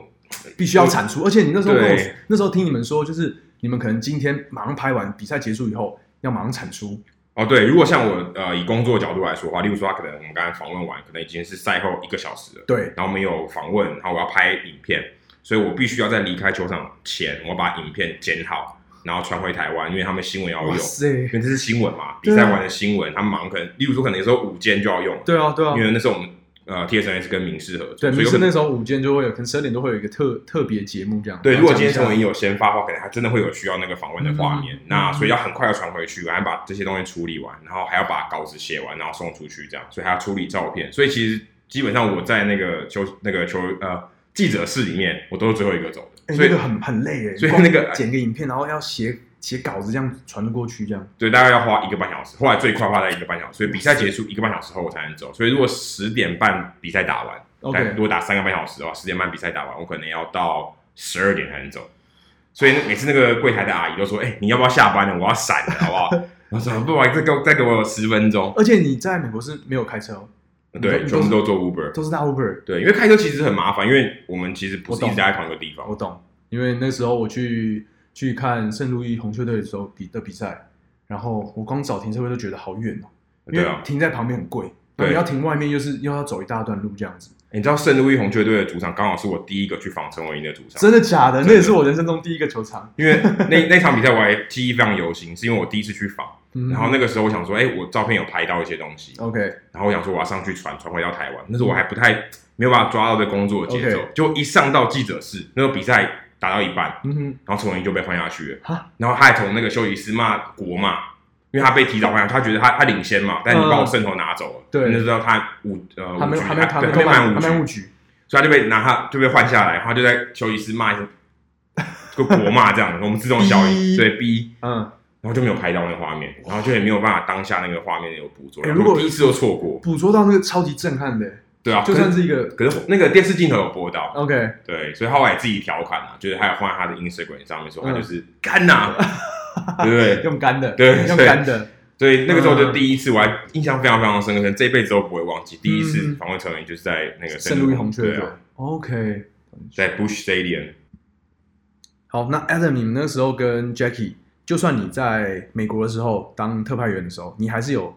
B: 必须要产出。而且你那时候跟我
C: 对
B: 那时候听你们说，就是你们可能今天马上拍完比赛结束以后，要马上产出。
C: 哦，对，如果像我呃以工作角度来说的话，例如说他可能我们刚才访问完，可能已经是赛后一个小时了，
B: 对，
C: 然后我们有访问，然后我要拍影片，所以我必须要在离开球场前，我把影片剪好，然后传回台湾，因为他们新闻要
B: 哇
C: 用，
B: 塞
C: 因，为这是新闻嘛，比
B: 对啊
C: 赛完的新闻，他们忙可能，例如说可能有时候午间就要用，
B: 对啊，对啊
C: 因。为那时候我们呃 TSNS 跟民视合作，
B: 对，
C: 所
B: 没
C: 以
B: 事。
C: 有可能
B: 那时候午间就会有，可能十二点都会有一个特特别节目这样。
C: 对，
B: 然
C: 如
B: 后
C: 果今天
B: 讲一
C: 陈
B: 下
C: 文英有先发的话，可能他真的会有需要那个访问的画面，
B: 嗯
C: 那
B: 嗯
C: 所以要很快要传回去，然后把这些东西处理完，然后还要把稿子写完，然后送出去，这样，所以还要处理照片，所以其实基本上我在那个球那个球呃记者室里面，我都是最后一个走的，
B: 哎、
C: 所以、
B: 那个很很累哎，
C: 所以
B: 光
C: 那个
B: 剪个影片，然后要写写稿子，这样传过去，这样
C: 对大概要花一个半小时，后来最快花在一个半小时，所以比赛结束一个半小时后我才能走，所以如果十点半比赛打完，但
B: OK
C: 如。果打三个半小时的话，十点半比赛打完，我可能要到十二点才能走。所以那每次那个柜台的阿姨都说：“哎、你要不要下班了？我要闪了，好不好？” 我说：“不好意思，再给我再给我十分钟。
B: 而且你在美国是没有开车哦，”
C: 对，
B: 你
C: 全
B: 都
C: 部
B: 你
C: 都
B: 都
C: 做 Uber。
B: 都是大 Uber，
C: 对，因为开车其实很麻烦，因为我们其实不
B: 我
C: 是一
B: 懂
C: 直待在同一个地方
B: 我。懂。因为那时候我去去看圣路易红雀队的时候比的比赛，然后我光找停车位都觉得好远哦，因
C: 对
B: 为
C: 啊，
B: 停在旁边很贵，那
C: 对
B: 你要停外面又是又要走一大段路这样子，
C: 你知道圣路易红雀队的主场刚好是我第一个去访陈伟霆的主场，
B: 真的假的？
C: 啊真的
B: 那也是我人生中第一个球场。
C: 因为那那场比赛我还记忆非常犹新，是因为我第一次去访，
B: 嗯
C: 然后那个时候我想说，哎、我照片有拍到一些东西，
B: OK，
C: 然后我想说我要上去传，传回到台湾。那时候我还不太没有办法抓到这工作的节奏
B: OK
C: 就一上到记者室，那时候比赛打到一半，
B: 嗯哼，
C: 然后陈文英就被换下去了
B: 哈。
C: 然后他还从那个休息室骂国骂，因为他被提早换下去，他觉得他他领先嘛，但你把我
B: 嗯
C: 胜投拿走了。
B: 对
C: 那时候他五呃
B: 还
C: 五
B: 没
C: 局
B: 还没还
C: 对
B: 没
C: 还没满五
B: 还
C: 局，
B: 没误局，
C: 所以他就被拿他就被换下来，然后他就在休息室 骂一声就国骂这样，我们自动消音
B: 逼
C: 对逼。
B: 嗯，
C: 然后就没有拍到那个画面，然后就也没有办法当下那个画面有捕捉，
B: 哎
C: 然后
B: 如果
C: 第一次就错过。
B: 捕捉到那个超级震撼的，
C: 对啊，
B: 就算是一个
C: 可是可是那个电视镜头有播到，
B: OK，
C: 对，所以后来自己调侃啊，就是还有放在他的 Instagram 上面说，他就是干呐、对不对？
B: 用干的，
C: 对
B: 用干的，
C: 所以那个时候就第一次，我还印象非常非常深刻，这辈子都不会忘记。第一次访问成员就是在那个
B: 圣路易红雀
C: 对
B: 队
C: 啊，
B: OK，
C: 在 Bush Stadium，
B: 好，那 Adam，你们那时候跟 Jackie，就算你在美国的时候当特派员的时候，你还是有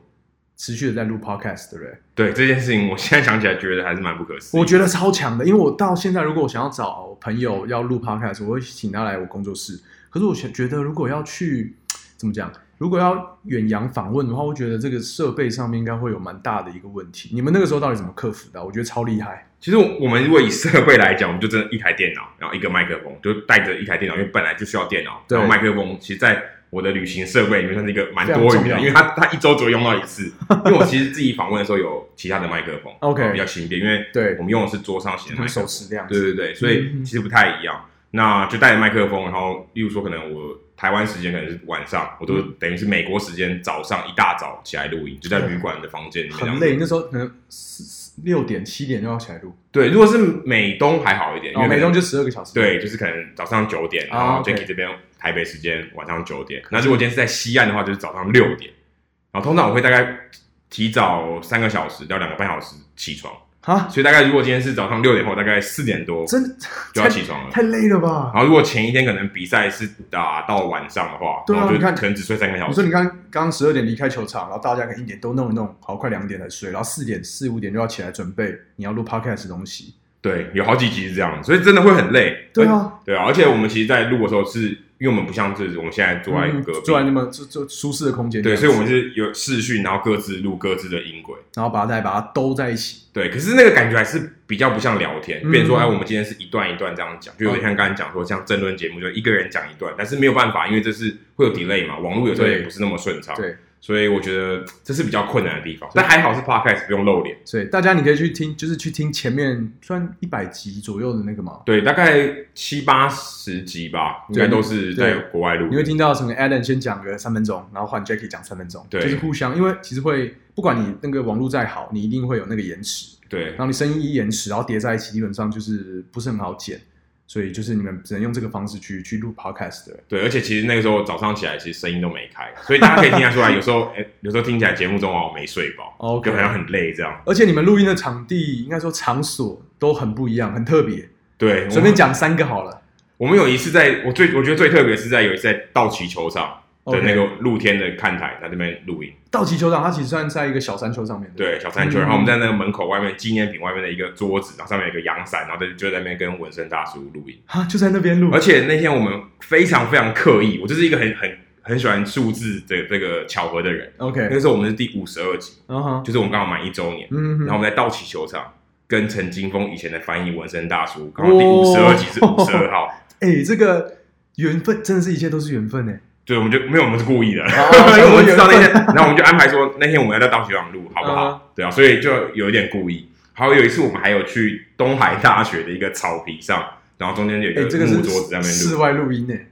B: 持续的在录 Podcast，对不对？
C: 对这件事情，我现在想起来觉得还是嗯蛮不可思议。
B: 我觉得超强的，因为我到现在如果我想要找朋友要录 Podcast，我会请他来我工作室。可是我想觉得，如果要去怎么讲，如果要远洋访问的话，我觉得这个设备上面应该会有蛮大的一个问题。你们那个时候到底怎么克服的啊？我觉得超厉害。
C: 其实我们如果以设备来讲，我们就真的一台电脑，然后一个麦克风，就带着一台电脑，因为本来就需要电脑，
B: 对
C: 然后麦克风。其实，在我的旅行设备里面算是一个蛮
B: 非
C: 多
B: 常
C: 余
B: 重要
C: 的，因为它它一周只会用到一次。因为我其实自己访问的时候有其他的麦克风
B: OK
C: 比较轻便，因为
B: 对
C: 我们用的是桌上型的麦
B: 很
C: 克风
B: 手，持这样
C: 对
B: 子，
C: 对对，所以
B: 嗯嗯
C: 其实不太一样。那就带着麦克风，然后例如说，可能我台湾时间可能是晚上，我
B: 嗯
C: 都等于是美国时间早上一大早起来录音，就在旅馆的房间里面这样
B: 很
C: 子。
B: 累。那时候可能四四六点七点就要起来录，
C: 对，如果是美东还好一点，因
B: 哦，
C: 为
B: 每周
C: 就。
B: 就十二个小时。
C: 对，就是可能早上九点，然
B: 啊
C: 后
B: ，OK
C: Jacky 这边台北时间晚上九点。那如果今天是在西岸的话，就是早上六点。然后通常我会大概提早三个小时到两个半小时起床，
B: 啊，
C: 所以大概如果今天是早上六点后，大概四点多
B: 真的
C: 就要起哦床了。
B: 太累了吧？
C: 然后如果前一天可能比赛是打到晚上的话，
B: 对啊
C: 然后就
B: 你看
C: 可能只睡三个小
B: 你说
C: 时。
B: 你刚刚刚十二点离开球场，然后大家可能一点都弄一弄，好快两点才睡，然后四点四五点就要起来准备你要录 podcast 的东西。
C: 对，有好几集是这样，所以真的会很累。
B: 对
C: 而，
B: 啊，
C: 对啊，而且我们其实，在录的时候是，因为我们不像是我们现在坐在
B: 嗯
C: 隔壁，
B: 坐在那么就就舒适的空间这
C: 对，
B: 样子，
C: 所以我们是有视讯，然后各自录各自的音轨。
B: 然后把它再把它兜在一起。
C: 对，可是那个感觉还是比较不像聊天，
B: 嗯哦
C: 变成说，哎，我们今天是一段一段这样讲，就有点像刚才讲说，像争论节目，就一个人讲一段，但是没有办法，因为这是会有 delay 嘛，网络有时候也
B: 对
C: 不是那么顺畅，
B: 对，
C: 所以我觉得这是比较困难的地方。但还好是 podcast 不用露脸，
B: 所以大家你可以去听，就是去听前面算一百集左右的那个嘛，
C: 对，大概七八十集吧，应
B: 对
C: 该都是在
B: 对
C: 国外录
B: 你会
C: 的。
B: 听到什么 Adam 先讲个三分钟，然后换 Jackie 讲三分钟，
C: 对
B: 就是互相，因为其实会不管你那个网络再好，你一定会有那个延迟，
C: 对
B: 然，后你声音一延迟，然后叠在一起，基本上就是不是很好剪，所以就是你们只能用这个方式去去录 podcast 的。
C: 对，而且其实那个时候早上起来，其实声音都没开，所以大家可以听得出来，有时候，哎，有时候听起来节目中哦没睡饱
B: OK
C: 就好像很累这样。
B: 而且你们录音的场地，应该说场所都很不一样，很特别。
C: 对，我
B: 随便讲三个好了。
C: 我们有一次在，我最我觉得最特别是在有一次在道奇球场的
B: OK 嗯
C: 那个露天的看台，在那边录音。
B: 道奇球场它其实算在一个小山丘上面，
C: 对，
B: 不
C: 小山丘，然后
B: 嗯
C: 我们在那个门口外面纪念品外面的一个桌子，然后上面有一个阳伞，然后就就在那边跟纹身大叔录音。
B: 哈啊就在那边录
C: 而，且那天我们非常非常刻意，我就是一个很很很喜欢数字的这个巧合的人。那
B: OK，
C: 个时候我们是第五十二集，
B: 嗯哼，
C: 就是我们刚好满一周年，
B: 嗯哼，
C: 然后我们在道奇球场。跟陈金峰以前的翻译纹身大叔，刚好第五十二集是五十二号，
B: 哎，这个缘分真的是一切都是缘分哎。
C: 对，我们就没有，我们是故意的，
B: 哦
C: 因为我们知道那天，然后我们就安排说那天我们要在大学场录，好不好？
B: 嗯
C: 对啊，所以就有一点故意。还有有一次，我们还有去东海大学的一个草皮上，然后中间有一
B: 哎，这个
C: 个木桌子在
B: 是
C: 那边
B: 室
C: 录，
B: 外录音哎。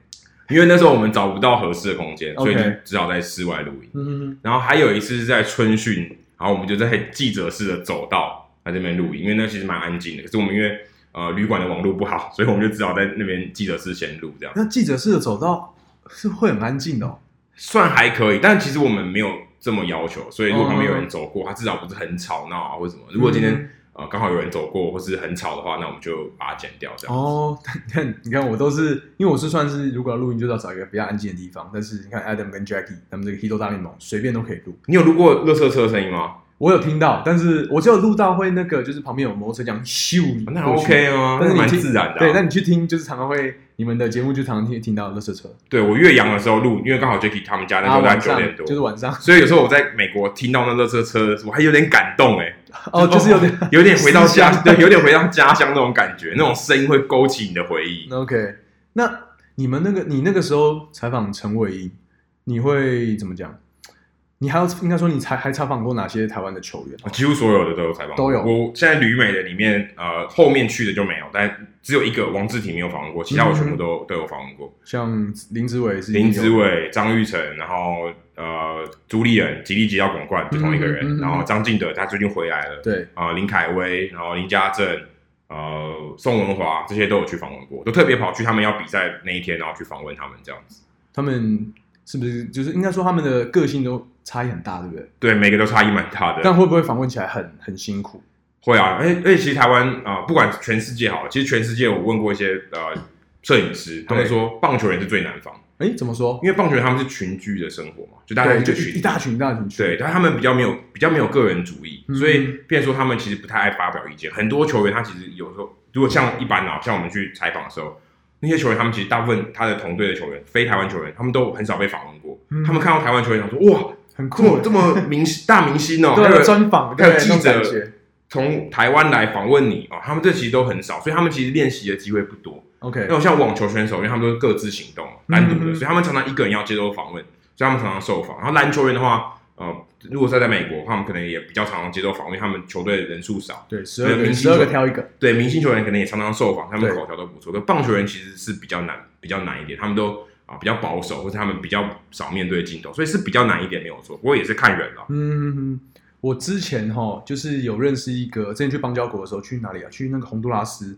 C: 因为那时候我们找不到合适的空间，所以就
B: OK
C: 只好在室外录音。
B: 嗯哼
C: 然后还有一次是在春训，然后我们就在记者室的走道在这边录音，因为那其实蛮安静的。可是我们因为呃旅馆的网络不好，所以我们就只好在那边记者室先录这样。
B: 那记者室的走道是会很安静的哦。
C: 算还可以，但其实我们没有这么要求，所以如果旁边有
B: 嗯
C: 人走过，他至少不是很吵闹啊或者什么。如果今天、
B: 嗯
C: 呃刚好有人走过或是很吵的话，那我们就把它剪掉这样。
B: 哦， 你看，你看，我都是因为我是算是，如果要录音，就是要找一个比较安静的地方。但是你看，Adam 跟 Jackie 他们这个《Hito 大联盟》随便都可以录，
C: 你有录过乐色车的声音吗？
B: 我有听到，但是我只有录到会那个，就是旁边有摩托车这样咻
C: 那
B: 过去
C: OK 啊，
B: 但是
C: 那
B: 你
C: 蛮
B: 听
C: 自然的啊、
B: 对，那你去听，就是常常会你们的节目就常常听听到垃圾车，
C: 对我岳阳的时候录，因为刚好 Jacky 他们家那时
B: 然后
C: 候大概
B: 啊晚
C: 啊九
B: 上
C: 点多，
B: 就是晚 上，
C: 所以有时候我在美国听到那乐色车，我还有点感动哎、
B: 哦，就是有点
C: 哦有点回到家
B: 思，乡
C: 对，有点回到家乡那种感觉，那种声音会勾起你的回忆。
B: OK。那你们那个，你那个时候采访陈伟英，你会怎么讲？你还要应该说你采还采访过哪些台湾的球员？
C: 几乎所有的都有采访过，
B: 都有
C: 我现在旅美的里面，呃，后面去的就没有，但只有一个王志廷没有访问过，其他我全部
B: 嗯
C: 都、都有访问过。
B: 像林志伟是
C: 林子伟、张玉成，然后呃，朱立人、吉利吉要广冠就同一个人，
B: 嗯嗯嗯嗯
C: 然后张敬德他最近回来了，
B: 对，
C: 啊、林凯威，然后林家正，呃，宋文华这些都有去访问过，都特别跑去他们要比赛那一天，然后去访问他们这样子。
B: 他们是不是就是应该说他们的个性都差异很大，对不对？
C: 对，每个都差异蛮大的。
B: 但会不会访问起来很很辛苦？
C: 会啊，而且而且其实台湾啊、呃不管全世界好了，其实全世界我问过一些呃摄影师，他们
B: 对
C: 说棒球人是最难防，
B: 哎，怎么说？
C: 因为棒球人他们是群居的生活嘛，就大家
B: 对，
C: 一
B: 就
C: 个
B: 一
C: 群
B: 一大群一大群去。
C: 对，但他们比较没有比较没有个人主义，
B: 嗯
C: 所以变成说他们其实不太爱发表意见。很多球员他其实有时候，如果像一般啊，像我们去采访的时候，那些球员他们其实大部分他的同队的球员，非台湾球员，他们都很少被访问过。
B: 嗯
C: 他们看到台湾球员，想说哇，
B: 很
C: 这
B: 酷
C: 么，这么明星大明星哦，还
B: 对，
C: 有
B: 专访，
C: 还有
B: 对
C: 记
B: 那种感
C: 者
B: 觉
C: 从台湾来访问你哦，他们这其实都很少，所以他们其实练习的机会不多。
B: ，OK，
C: 那种像网球选手，因为他们都是各自行动，单独的，
B: 嗯嗯嗯
C: 所以他们常常一个人要接受访问，所以他们常常受访。然后篮球员的话，呃，如果是在美国，他们可能也比较常常接受访问，因为他们球队人数少，
B: 对，十二
C: 明
B: 个
C: 星
B: 十二个
C: 球
B: 挑一个，
C: 对明星球员可能也常常受访，他们
B: 对
C: 口条都不错。可棒球员其实是比较难，比较难一点，他们都啊、比较保守，或者他们比较少面对镜头，所以是比较难一点，没有错。不过也是看人了。
B: 嗯，我之前哈就是有认识一个，之前去邦交国的时候去哪里啊？去那个洪都拉斯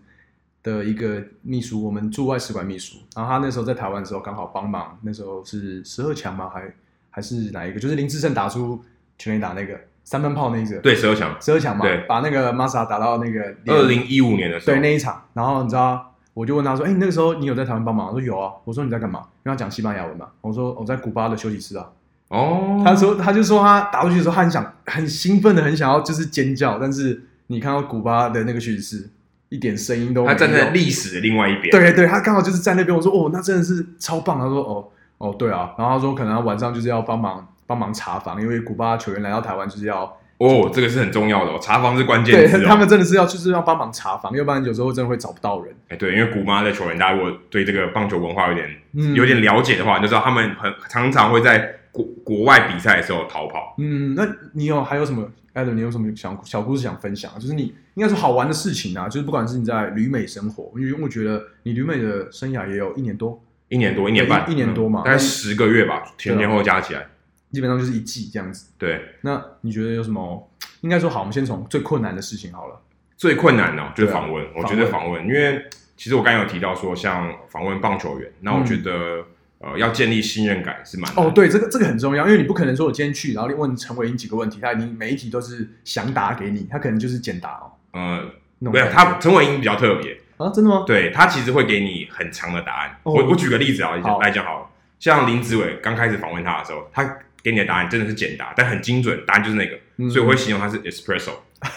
B: 的一个秘书，我们驻外使馆秘书。然后他那时候在台湾的时候刚好帮忙，那时候是十二强吗？还还是哪一个？就是林志胜打出全垒打那个三分炮那一个，，
C: 对，十二强，
B: 十二强嘛
C: 对，
B: 把那个 Massa 打到那个脸
C: 二零一五年的时候，
B: 对那一场，然后你知道，我就问他说：“哎、你那个时候你有在台湾帮忙？”他说：“有啊。”我说：“你在干嘛？”因为他讲西班牙文嘛。我说：“我在古巴的休息室啊。”
C: 哦，
B: 他说：“他就说他打出去的时候，他很想很兴奋的，很想要就是尖叫，但是你看到古巴的那个休息室，一点声音都没
C: 他
B: 有。
C: 站在历史的另外一边，
B: 对对，他刚好就是在那边。我说：“哦，那真的是超棒。”他说：“哦哦，对啊。”然后他说：“可能他晚上就是要帮忙帮忙查房，因为古巴球员来到台湾就是要
C: 哦，这个是很重要的、哦，查房是关键
B: 对
C: 字、哦。
B: 他们真的是要就是要帮忙查房，要不然有时候真的会找不到人。
C: 哎，对，因为古巴的球员，大家如果对这个棒球文化有点、
B: 嗯
C: 有点了解的话，你就知道他们很常常会在国国外比赛的时候逃跑。
B: 嗯，那你有还有什么，Adam？你有什么想小故事想分享啊？就是你应该说好玩的事情啊，就是不管是你在旅美生活，因为我觉得你旅美的生涯也有一年多，
C: 一年多，一年半，
B: 一一年多嘛
C: 嗯大概十个月吧，前前后后加起来。
B: 基本上就是一季这样子。
C: 对，
B: 那你觉得有什么？应该说好，我们先从最困难的事情好了。
C: 最困难的、哦、就是
B: 对啊
C: 访问，我
B: 访
C: 觉得
B: 问
C: 访问，因为其实我刚刚有提到说，像访问棒球员，那我
B: 嗯
C: 觉得、呃要建立信任感是蛮难
B: 哦，
C: 的，
B: 对，这个这个很重要，因为你不可能说我今天去，然后问陈伟英几个问题，他已经每一题都是详答给你，他可能就是简答哦。
C: 呃，
B: 那种
C: 没有
B: 感觉
C: 他陈伟英比较特别，
B: 啊，真的吗？
C: 对他其实会给你很长的答案。
B: 哦
C: 我我举个例子啊，
B: 好
C: 来讲好了，像林子伟刚开始访问他的时候，他给你的答案真的是简答，但很精准，答案就是那个，
B: 嗯
C: 所以我会形容他是 espresso，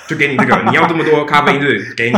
C: 就给你这个，你要这么多咖啡因就是给你，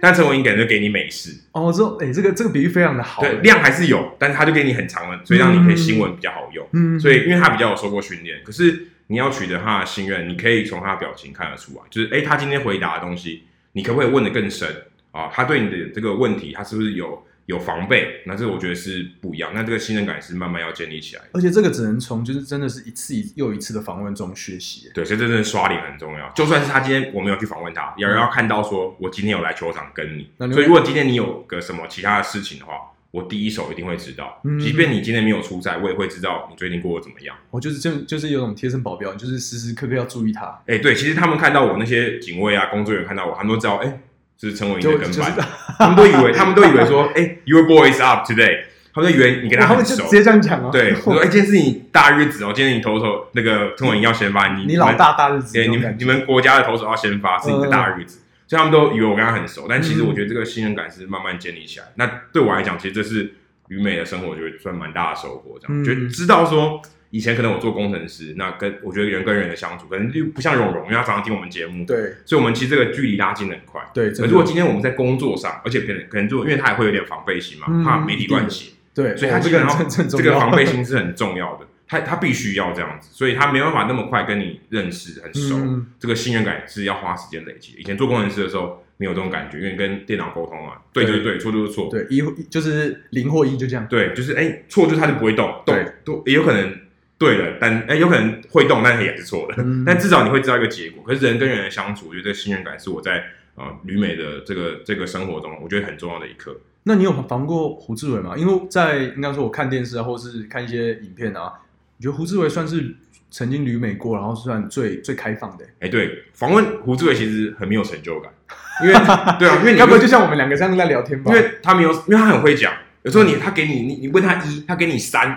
C: 但陈文英可能就给你美式，
B: 哦，这哎、这个这个比喻非常的 好。欸
C: 对，量还是有，但是他就给你很长的，所以让你可以新闻比较好用。
B: 嗯，
C: 所以因为他比较有受过训练，可是你要取得他的信任，你可以从他的表情看得出来，就是诶，他今天回答的东西，你可不可以问得更深啊？他对你的这个问题，他是不是有有防备？那这个我觉得是不一样，那这个信任感是慢慢要建立起来的。
B: 而且这个只能从就是真的是一次一又一次的访问中学习。
C: 对，所以这真的刷脸很重要。就算是他今天我没有去访问他，也要看到说我今天有来球场跟你。
B: 嗯那另外
C: 所以如果今天你有个什么其他的事情的话，我第一手一定会知道。
B: 嗯
C: 即便你今天没有出赛，我也会知道你最近过得怎么样。
B: 我就是这就是有种贴身保镖，你就是时时刻刻要注意他，
C: 哎、对，其实他们看到我那些警卫啊、工作人员看到我，他们都知道，哎、这是陈伟霆
B: 就
C: 的
B: 就
C: 跟
B: 是
C: 班， 他们都以为，他们都以为说，哎、y o u r boy is up today，他们就以为你跟他
B: 然后
C: 很
B: 就
C: 熟
B: 直，接这样讲啊，
C: 对，说，哎、今天是你大日子哦，今天你投手那个陈伟霆要先发，你
B: 你老
C: 们，
B: 大大日子
C: 对，
B: 这
C: 你
B: 种
C: 们
B: 感
C: 你
B: 觉，
C: 们国家的投手要先发，是你的大日子。所以他们都以为我跟他很熟，但其实
B: 嗯
C: 我觉得这个信任感是慢慢建立起来。那对我来讲，其实这是旅美的生活，我觉得算蛮大的收获。这
B: 嗯
C: 样、就知道说，以前可能我做工程师，那跟我觉得人跟人的相处，可能就不像蓉蓉，因为他常常听我们节目，
B: 对
C: 所以我们其实这个距离拉近的很快。
B: 对，
C: 可
B: 真
C: 是如果
B: 的
C: 今天我们在工作上，而且可能可能就因为他也会有点防备心嘛，
B: 嗯
C: 怕媒体关系，
B: 对，
C: 所以他
B: 哦
C: 基
B: 这个
C: 本
B: 人
C: 上
B: 真正
C: 这
B: 重
C: 个
B: 要
C: 防备心是很重要的，他他必须要这样子，所以他没办法那么快跟你认识很熟，
B: 嗯
C: 这个信任感是要花时间累积的。以前做工程师的时候没有这种感觉，因为跟电脑沟通嘛，对
B: 对
C: 就是对，错就是错，
B: 对一就是零或一就这样，
C: 对，就是哎错就是他就不会动，动
B: 对
C: 都也有可能对了，但哎、有可能会动，但也是错的。
B: 嗯
C: 但至少你会知道一个结果。可是人跟人的相处，我觉得这个信任感是我在呃旅美的这个这个生活中，我觉得很重要的一课。
B: 那你有防过胡志伟吗？因为在应该说，我看电视啊，或是看一些影片啊，我觉得胡志伟算是曾经旅美过，然后算最最开放的。
C: 哎，对，访问胡志伟其实很没有成就感， 因为对啊，因为你
B: 该不会就像我们两个这样在聊天吧？
C: 因为他没有，因为他很会讲。有时候你他给你你你问他一，他给你三，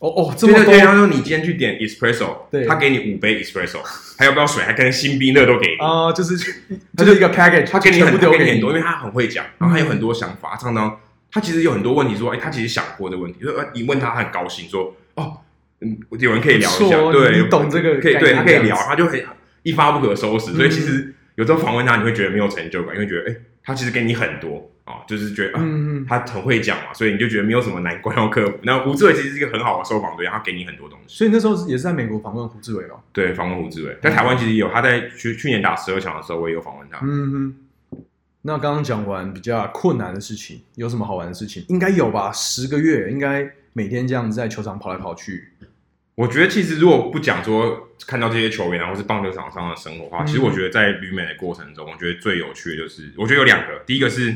B: 哦哦，嗯这
C: 对
B: 么
C: 对
B: 多
C: 对，他说你今天去点 espresso，
B: 对
C: 他给你五杯 espresso，还要不要水，还跟新冰乐都给你，
B: 啊、就是就是一个 package，
C: 他给你
B: 全部
C: 很多，
B: 丢
C: 给你
B: 你嗯
C: 很多，因为他很会讲，然后他有很多想法，常常他其实有很多问题说，哎，他其实想过的问题，就是呃你问他，他很高兴说，哦，嗯，有人可以聊一下
B: 不错，哦
C: 对，
B: 你懂这个
C: 可以，
B: 概
C: 对
B: 念
C: 他可以
B: 这
C: 聊
B: 样子，
C: 他就很一发不可收拾，所以
B: 嗯
C: 其实有时候访问他，你会觉得没有成就感，因为觉得，哎，他其实给你很多啊，就是觉得，啊，
B: 嗯嗯，嗯
C: 他很会讲嘛，所以你就觉得没有什么难关要克服。那胡志伟其实是一个很好的受访对象，他给你很多东西。
B: 所以那时候也是在美国访问胡志伟咯。
C: 对，访问胡志伟，在台湾其实也有，他在去去年打十二强的时候，我也有访问他。
B: 嗯哼。那刚刚讲完比较困难的事情，有什么好玩的事情？应该有吧，十个月应该每天这样子在球场跑来跑去。
C: 我觉得其实如果不讲说看到这些球员啊，或是棒球场上的生活的话，
B: 嗯
C: 其实我觉得在旅美的过程中，我觉得最有趣的就是，我觉得有两个，第一个是，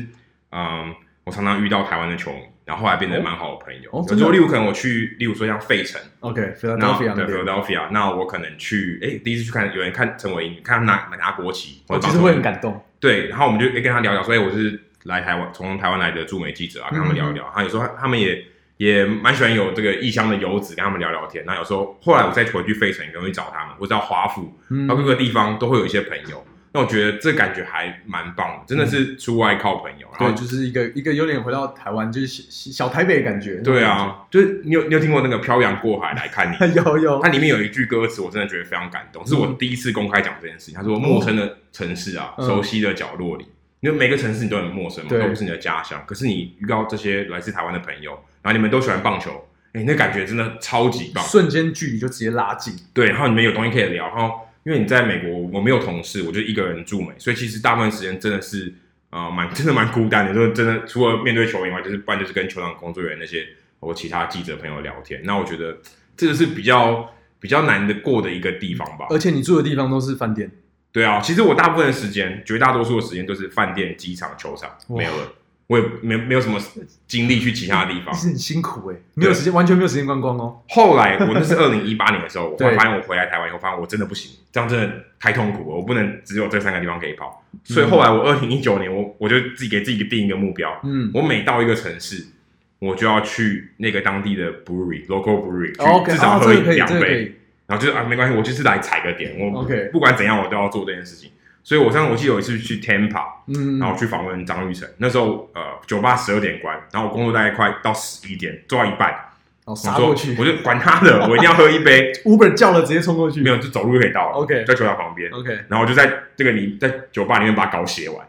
C: 嗯，我常常遇到台湾的球迷，然后后来变得蛮好的朋友。
B: 哦哦
C: 有
B: 真
C: 时
B: 的
C: 候例如可能我去，例如说像费城，那
B: OK，Philadelphia、那
C: 对
B: 边，
C: Philadelphia，那我可能去，哎，第一次去看有人看陈伟霆，看他拿拿国旗，
B: 我
C: 或者
B: 哦其实
C: 棒球
B: 会很感动。
C: 对，然后我们就跟他聊聊说，哎、我是来台湾，从台湾来的驻美记者啊，跟他们聊一聊。然后有时候他们也也蛮喜欢有这个异乡的游子，跟他们聊聊天。那有时候后来我再回去费城，也会找他们，或者到华府，
B: 嗯
C: 到各个地方都会有一些朋友。那我觉得这感觉还蛮棒的，真的是出外靠朋友。然
B: 对，
C: 后
B: 就是一个一个有点回到台湾，就是小小台北的感觉。
C: 对，啊，就是你有你有听过那个漂洋过海来看你吗？
B: 有有
C: 它，里面有一句歌词，我真的觉得非常感动，是我第一次公开讲这件事情。他说：“陌生的城市啊，
B: 嗯
C: 熟悉的角落里，因为每个城市你都很陌生嘛，
B: 对
C: 都不是你的家乡。可是你遇到这些来自台湾的朋友，然后你们都喜欢棒球，哎、那感觉真的超级棒。
B: 瞬间距离就直接拉近。
C: 对，然后你们有东西可以聊，然后因为你在美国，我没有同事，我就一个人住美，所以其实大部分时间真的是啊，蛮、真的蛮孤单的，就是真的除了面对球员以外，就是不然就是跟球场工作人员那些或其他记者朋友聊天。那我觉得这个是比较比较难的过的一个地方吧。
B: 而且你住的地方都是饭店，
C: 对啊，其实我大部分的时间，绝大多数的时间都是饭店、机场、球场，
B: 哇
C: 没有了，我也没没有什么精力去其他地方。
B: 是很辛苦哎、没有时间，完全没有时间观光哦。
C: 后来我 那是二零一八年的时候，我
B: 对
C: 发现我回来台湾以后，发现我真的不行，这样真的太痛苦了，我不能只有这三个地方可以跑。
B: 嗯
C: 所以后来我二零一九年，我我就自己给自己定一个目标，
B: 嗯，
C: 我每到一个城市，我就要去那个当地的 brewery local brewery 去
B: OK，
C: 至少
B: 啊
C: 喝
B: 这个可以
C: 两
B: 这个可
C: 杯
B: 以。
C: 然后就是啊，没关系，我就是来踩个点，我
B: OK
C: 不管怎样，我都要做这件事情。所以我上我记得有一次去 Tampa，
B: 嗯，
C: 然后去访问张玉成，那时候呃酒吧十二点关，然后我工作大概快到十一点，做到一半，
B: 然后
C: 我
B: 杀
C: 说
B: 过去
C: 我就管他 的，我一定要喝一杯，
B: ，Uber 叫了直接冲过去。
C: 没有就走路就可以到了
B: OK
C: 在球场旁边，
B: OK，
C: 然后我就在这个里在酒吧里面把稿写完，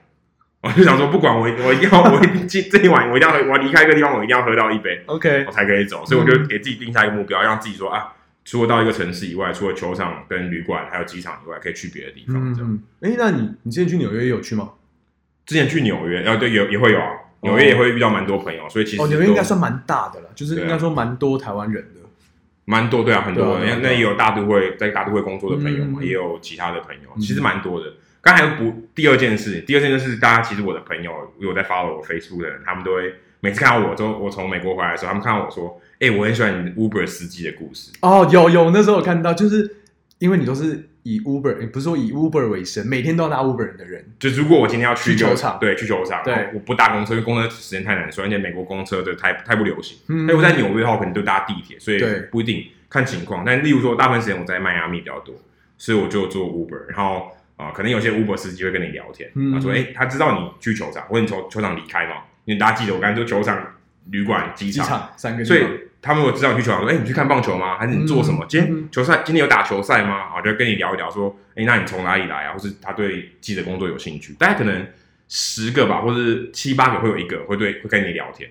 C: 我就想说不管我我一定要我一定今这一晚我一定要喝，我要离开一个地方我一定要喝到一杯，
B: OK，
C: 我才可以走，所以
B: 嗯
C: 我就给自己定下一个目标，让自己说啊，除了到一个城市以外，除了球场跟旅馆还有机场以外，可以去别的地方
B: 嗯
C: 这样。
B: 嗯，哎、那你你之前去纽约也有去吗？
C: 之前去纽约，呃，对，也也会有啊，纽
B: 哦
C: 约也会遇到蛮多朋友，所以其实
B: 哦，纽
C: 都
B: 约应该算蛮大的了，就是
C: 对啊
B: 应该说蛮多台湾人的。
C: 蛮多，对啊，很多
B: 对啊对啊
C: 人，那也有大都会在大都会工作的朋友嘛，
B: 嗯
C: 也有其他的朋友，
B: 嗯
C: 其实蛮多的。刚才不，第二件事，第二件就是大家其实我的朋友有在 follow 我 Facebook 的人，他们都会每次看到我之后，我从美国回来的时候，他们看到我说，哎、我很喜欢你 Uber 司机的故事。
B: 哦，有有，那时候我看到，就是因为你都是以 Uber，诶不是说以 Uber 为生，每天都要拿 Uber 的人。
C: 就如果我今天要去一个
B: 去球场
C: 对，去球场，
B: 对
C: 然后我不搭公车，因为公车时间太难受，而且美国公车的太太不流行。
B: 嗯
C: 哎那我在纽约的话，我可能就搭地铁，所以
B: 对
C: 不一定看情况。但例如说，大部分时间我在迈阿密比较多，所以我就做 Uber，然后啊、呃可能有些 Uber 司机会跟你聊天，
B: 嗯
C: 他说：“哎、他知道你去球场，或者你从球场离开嘛？因为大家记得我刚才说球场、旅馆、机
B: 机
C: 场，
B: 场三个地
C: 所
B: 方，
C: 以他们如果知道你去球场，说：‘哎、你去看棒球吗？还是你做什么？
B: 嗯
C: 今天
B: 嗯
C: 球赛今天有打球赛吗？’啊，就跟你聊一聊，说：‘哎、那你从哪里来啊？’或是他对记者工作有兴趣，大概可能十个吧，或是七八个会有一个会对会跟你聊天。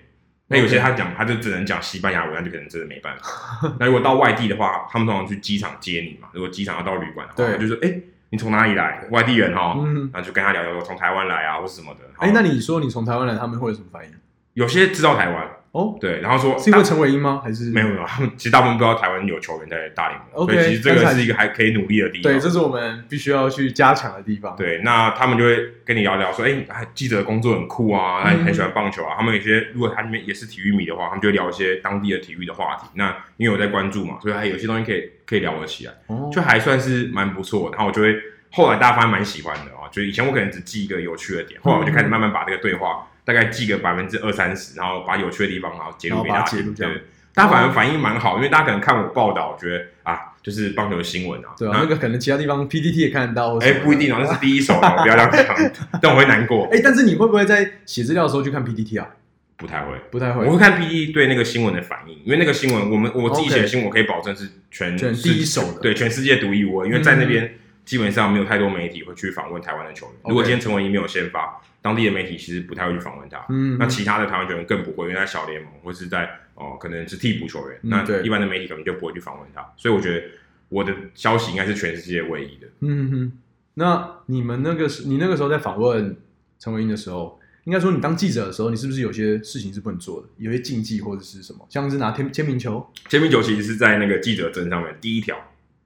C: 那有些
B: OK
C: 他讲他就只能讲西班牙文，那就可能真的没办法。那如果到外地的话，他们通常去机场接你嘛。如果机场要到旅馆的话，
B: 对
C: 他就说：‘哎、你从哪里来？外地人哈、
B: 嗯，
C: 然后就跟他聊聊，我从台湾来啊，或是什么的。
B: 哎、
C: 好
B: 那你说你从台湾来，他们会有什么反应？
C: 有些知道台湾，
B: 哦，
C: 对，然后说
B: 是因为
C: 大
B: 陈伟英吗？还是
C: 没有没有，他们其实大部分不知道台湾有球员在大联盟
B: OK，
C: 所以其实这个
B: 但是
C: 是一个还可以努力的地方。
B: 对，这是我们必须要去加强的地方。，
C: 对，那他们就会跟你聊聊说，哎、记者的工作很酷
B: 嗯
C: 啊，那你很喜欢棒球啊。他们有些如果他里面也是体育迷的话，他们就会聊一些当地的体育的话题。那因为我在关注嘛，所以还有些东西可以可以聊得起来，啊
B: 哦，
C: 就还算是蛮不错。然后我就会后来大家发现蛮喜欢的啊，就以前我可能只记一个有趣的点，后来我就
B: 嗯
C: 开始慢慢把这个对话大概记个百分之二三十，然后把有趣的地方然后截
B: 然后
C: 录给
B: 把
C: 大
B: 它
C: 家
B: 截
C: 听。
B: 录这哦样
C: 对，大家反而反应蛮好，因为大家可能看我报道，觉得啊，就是棒球新闻啊，
B: 对啊，
C: 那
B: 那个可能其他地方 PPT 也看得到，
C: 哎、不一定。哦，那是第一手哦，不要这 样讲，但我会难过。
B: 哎，但是你会不会在写资料的时候去看 PPT 啊？
C: 不太会，
B: 不太
C: 我
B: 会，
C: 会看 P E 对那个新闻的反应，因为那个新闻，我们我自己
B: OK
C: 写的新闻，我可以保证是全
B: 全
C: 世
B: 第一手的嗯
C: 对，全世界独一无二。因为在那边、基本上没有太多媒体会去访问台湾的球员。如果
B: OK
C: 今天陈文怡没有先发，当地的媒体其实不太会去访问他。
B: 嗯，
C: 那其他的台湾球员更不会，因为在小联盟或是在哦、可能是替补球员，
B: 嗯
C: 那
B: 对
C: 一般的媒体可能就不会去访问他。所以我觉得我的消息应该是全世界唯一的。
B: 嗯哼，那你们那个时，你那个时候在访问陈伟英的时候，应该说你当记者的时候，你是不是有些事情是不能做的，有些禁忌或者是什么，像是拿签签名球，
C: 签名球其实是在那个记者证上面第一条，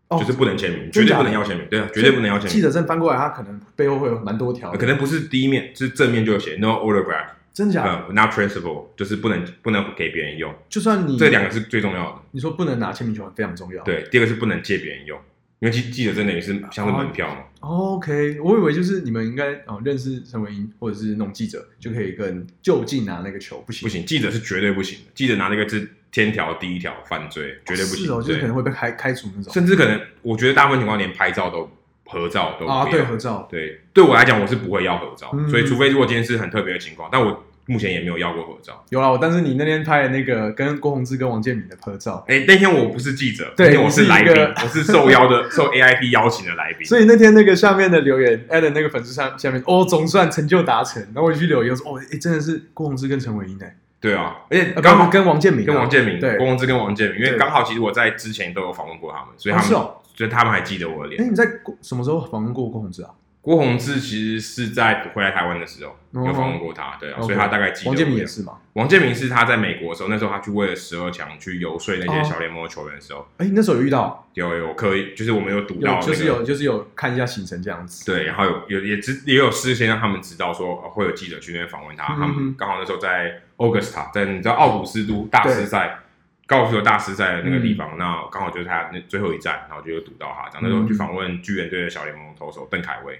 B: 哦
C: 就是不能签名，绝
B: 真
C: 对
B: 假
C: 不
B: 的
C: 能要签名，对啊，绝对不能要签
B: 记
C: 名。
B: 者证翻过来，他可能背后会有蛮多条的，
C: 可能不是第一面，是正面就有写 no autograph，
B: 真假的，
C: 呃，not traceable，就是不能不能给别人用，
B: 就算你
C: 这两个是最重要的。
B: 你说不能拿签名球非常重要。
C: 对，第二个是不能借别人用，因为记记者证等于
B: 啊
C: 是像是门票嘛，
B: ，OK，我以为就是你们应该哦认识陈伟英或者是那种记者就可以跟就近拿那个球，不行
C: 不行，记者是绝对不行的，记者拿那个是天条第一条犯罪，绝对不行。
B: 是哦，就是可
C: 对
B: 能，会被开开除那种
C: 甚至可能我觉得大部分情况连拍照都合照都不
B: 啊，
C: 要
B: 对合照，
C: 对，对我来讲，我是不会要合照，
B: 嗯
C: 所以除非如果今天是很特别的情况，但我目前也没有要过合照。
B: 有啦，我但是你那天拍的那个跟郭宏志跟王建民的合照，
C: 哎，那天我不是记者，
B: 对
C: 那天我
B: 你是
C: 来
B: 一
C: 宾
B: 个，
C: 我是受邀的， 受 AIP 邀请的来宾。
B: 所以那天那个下面的留言 a l a n 那个粉丝上下面，哦，总算成就达成。然后我就去留言说，哦，诶真的是郭宏志跟陈伟英哎，
C: 对啊，而且
B: 呃
C: 刚好
B: 跟跟王建民啊、
C: 跟王建民、
B: 对
C: 郭宏志跟王建民，因为
B: 对
C: 刚好其实我在之前都有访问过他们，所以他
B: 哦是
C: 们、
B: 哦
C: 所以他们还记得我的
B: 哎，
C: 脸。
B: 你在郭什么时候访问过郭宏志啊？
C: 郭宏志其实是在回来台湾的时候
B: 哦
C: 有访问过他，对啊，
B: OK
C: 所以他大概记得我
B: 王
C: 的
B: 建
C: 脸。
B: 民也是嘛？
C: 王建民是他在美国的时候，那时候他去为了十二强去游说那些
B: 哦
C: 小联盟的球员的时候，
B: 哎，你那时候有遇到，
C: 有有可以，就是我们有读到、那
B: 有
C: 个、
B: 就是有就是有看一下行程这样子。
C: 对，然后有有也知也有事先让他们知道说呃会有记者去那边访问他，
B: 嗯哼
C: 他们刚好那时候在 Augusta，在你知道奥古斯都大师赛高尔夫球大师赛的那个
B: 嗯
C: 地方，那刚好就是他那最后一站，然后就有堵到他，然后那
B: 嗯
C: 时候去访问巨人队的小联盟投手邓凯威。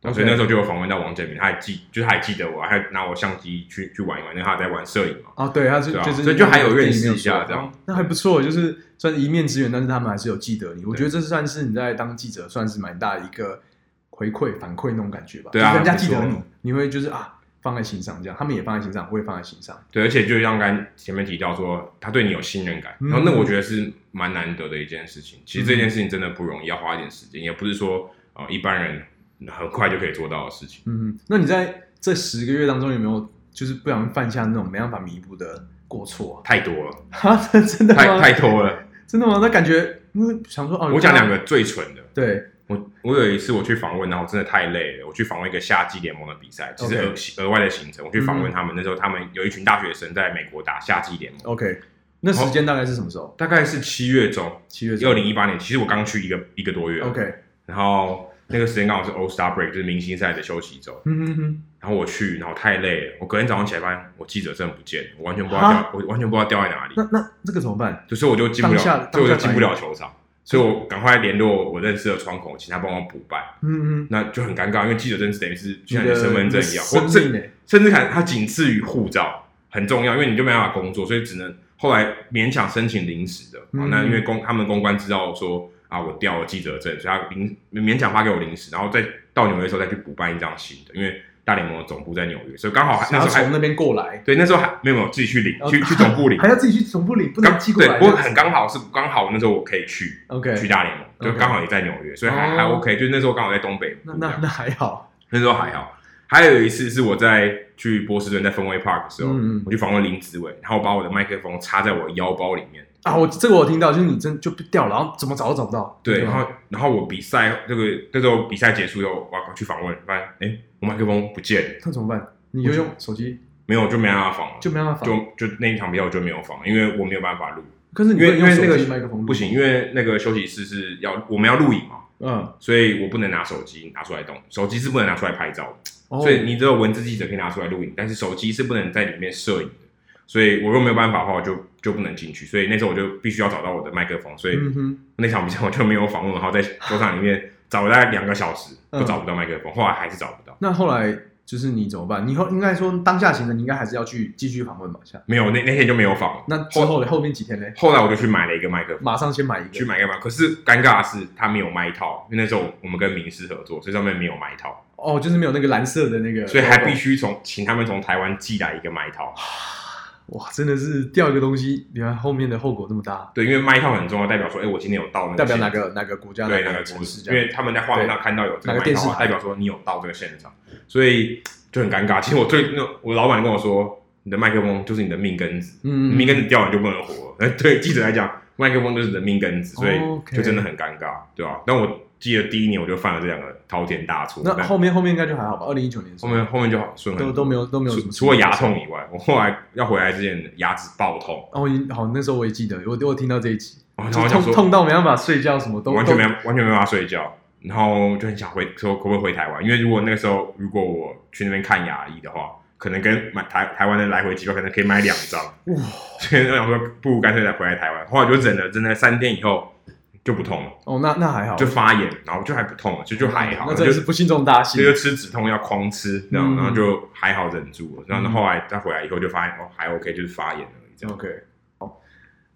C: 然后所以
B: OK
C: 那时候就有访问到王建民，他还记，就是他还记得我，还拿我相机去去玩一玩，因为他在玩摄影嘛。
B: 啊，对，他是
C: 对啊
B: 就是，
C: 所以就还有认识一下这样，
B: 哦那还不错，就是算一面之缘，但是他们还是有记得你。我觉得这算是你在当记者，算是蛮大的一个回馈反馈那种感觉吧。
C: 对啊
B: 就是人家记得
C: 没
B: 你
C: 错，
B: 你会就是啊放在心上这样，他们也放在心上，我也放在心上。
C: 对，而且就像刚前面提到说，他对你有信任感，
B: 嗯
C: 然后那我觉得是蛮难得的一件事情。其实这件事情真的不容易，要花一点时间，也不是说呃一般人很快就可以做到的事情。
B: 嗯，那你在这十个月当中有没有就是不小心犯下那种没办法弥补的过错
C: 太多了，
B: 啊？ 哈，真的吗？
C: 太太多了。
B: 真的吗？那感觉因为想说哦，
C: 我讲两个最蠢的。
B: 对，
C: 我我有一次我去访问，然后真的太累了，我去访问一个夏季联盟的比赛，其实
B: OK 嗯
C: 额额外的行程，我去访问他们。那时候他们有一群大学生在美国打夏季联盟，
B: OK，那时间大概是什么时候？
C: 大概是七月中，
B: 七月
C: 二零一八年。其实我刚去一个一个多月
B: OK，
C: 然后那个时间刚好是 All Star Break，就是明星赛的休息周。
B: 嗯哼哼，
C: 然后我去，然后太累了，我隔天早上起来发现我记者证不见了，我完全不知道掉
B: 哈，
C: 我完全不知道掉在哪里，
B: 那那这个怎么办？
C: 就所以我就进不了
B: 当下，
C: 所以我就
B: 当下
C: 进不了球场，所以我赶快联络我认识的窗口，请他帮我补办，
B: 嗯嗯，
C: 那就很尴尬，因为记者证是等于是就
B: 你
C: 像你的身份证一样，
B: 生
C: 或
B: 命
C: 甚
B: 呢？
C: 甚至看它仅次于护照，很重要，因为你就没办法工作，所以只能后来勉强申请临时的。啊
B: 嗯
C: 那因为公他们公关知道说啊我掉了记者证，所以他临勉强发给我临时，然后再到纽约的时候再去补办一张新的，因为大联盟的总部在纽约，所以刚好那
B: 然后
C: 时候还
B: 从那边过来，
C: 对，那时候还没有没有自己去领，
B: 哦
C: 去去总部 领，
B: 还要自己去总部领，不能
C: 刚
B: 寄过来。
C: 对，不过很刚好是刚好那时候我可以去
B: OK，
C: 去大联盟，就
B: OK
C: 刚好也在纽约，所以还
B: 嗯哦
C: 还 OK，就那时候刚好在东北部
B: 那
C: 这
B: 那
C: 样
B: 那还好。
C: 那时候还好。还有一次是我在去波士顿，在芬威 Park 的时候，
B: 嗯嗯
C: 我去访问林子伟，然后我把我的麦克风插在我的腰包里面。
B: 啊，我这个我听到，就是你真就掉了，然后怎么找都找不到。
C: 对，
B: 吧
C: 然后然后我比赛这个那时候比赛结束以后，我要去访问，发现哎，我麦克风不见了。
B: 那怎么办？你就用手机
C: 没有就没办法访了，
B: 就没办法。
C: 就就那一场比赛我就没有访，因为我没有办法录，
B: 可是
C: 因
B: 你
C: 为
B: 不能
C: 因为
B: 用手
C: 那
B: 机
C: 个
B: 麦克风录
C: 不行，因为那个休息室是要我们要录影嘛，
B: 嗯，
C: 所以我不能拿手机拿出来动，手机是不能拿出来拍照的。
B: 哦
C: 所以你只有文字记者可以拿出来录影，但是手机是不能在里面摄影的。所以我又没有办法的话，我就就不能进去。所以那时候我就必须要找到我的麦克风，所以
B: 嗯哼，
C: 那场比赛我就没有访问，然后在球场里面找了大概两个小时，
B: 嗯
C: 都找不到麦克风，后来还是找不到。
B: 那后来就是你怎么办？你后应该说当下行程，你应该还是要去继续访问吧？下
C: 没有，那那天就没有访。
B: 那之后后面几天嘞，
C: 后来我就去买了一个麦克风，
B: 马上先买一个
C: 去买一个麦克风。可是尴尬的是，他没有麦套，因为那时候我们跟名师合作，所以上面没有麦套，
B: 哦，就是没有那个蓝色的那个 logo，
C: 所以还必须从请他们从台湾寄来一个麦套。
B: 哇，真的是掉一个东西，原来后面的后果这么大，
C: 对，因为麦套很重要，代表说，哎、我今天有到那个
B: 代表
C: 现
B: 哪
C: 场
B: 个哪个国家
C: 对
B: 哪
C: 那
B: 个
C: 个
B: 城
C: 城
B: 市
C: 市，
B: 这
C: 因为
B: 样？
C: 他们在画面上看到有这个麦克
B: 哪个电视
C: 风，
B: 台
C: 代表说你有到这个现场，所以就很尴尬。其实我最那我老板跟我说，你的麦克风就是你的命根子，你
B: 嗯
C: 命根子掉了你就不能活了。那对记者来讲，麦克风就是你的命根子，所以
B: OK
C: 就真的很尴尬，对吧、但我记得第一年我就犯了这两个滔天大错，
B: 那
C: 但
B: 后面后面应该就还好吧？二零一九年的时
C: 嗯后
B: 候
C: 面后面就好顺很
B: 都
C: 多
B: 都没有都没有什
C: 除
B: 么
C: 除了牙
B: 事情
C: 痛以外，我后来要回来之前牙齿爆痛，
B: 哦，你好，那时候我也记得，我我有听到这一集，
C: 然
B: 就
C: 后
B: 是
C: 我想
B: 痛
C: 说
B: 痛到没办法睡觉，什么都
C: 完全没
B: 有。
C: 完全没办法睡觉，然后就很想回说可不可以回台湾，因为如果那个时候如果我去那边看牙医的话，可能跟买台台湾的来回机票可能可以买两张，
B: 哇
C: 所以我想说不如干脆再回来台湾，后来就忍了，真的三天以后就不痛了，
B: 哦，那那还好，嗯
C: 就发炎，然后就还不痛了，就就还好，
B: 那真的是不幸中大幸
C: 就。就吃止痛药狂吃，这样，
B: 嗯
C: 然后就还好忍住了，然后
B: 嗯
C: 后来再回来以后就发现哦还 OK，就是发炎而已，这样。
B: OK，好，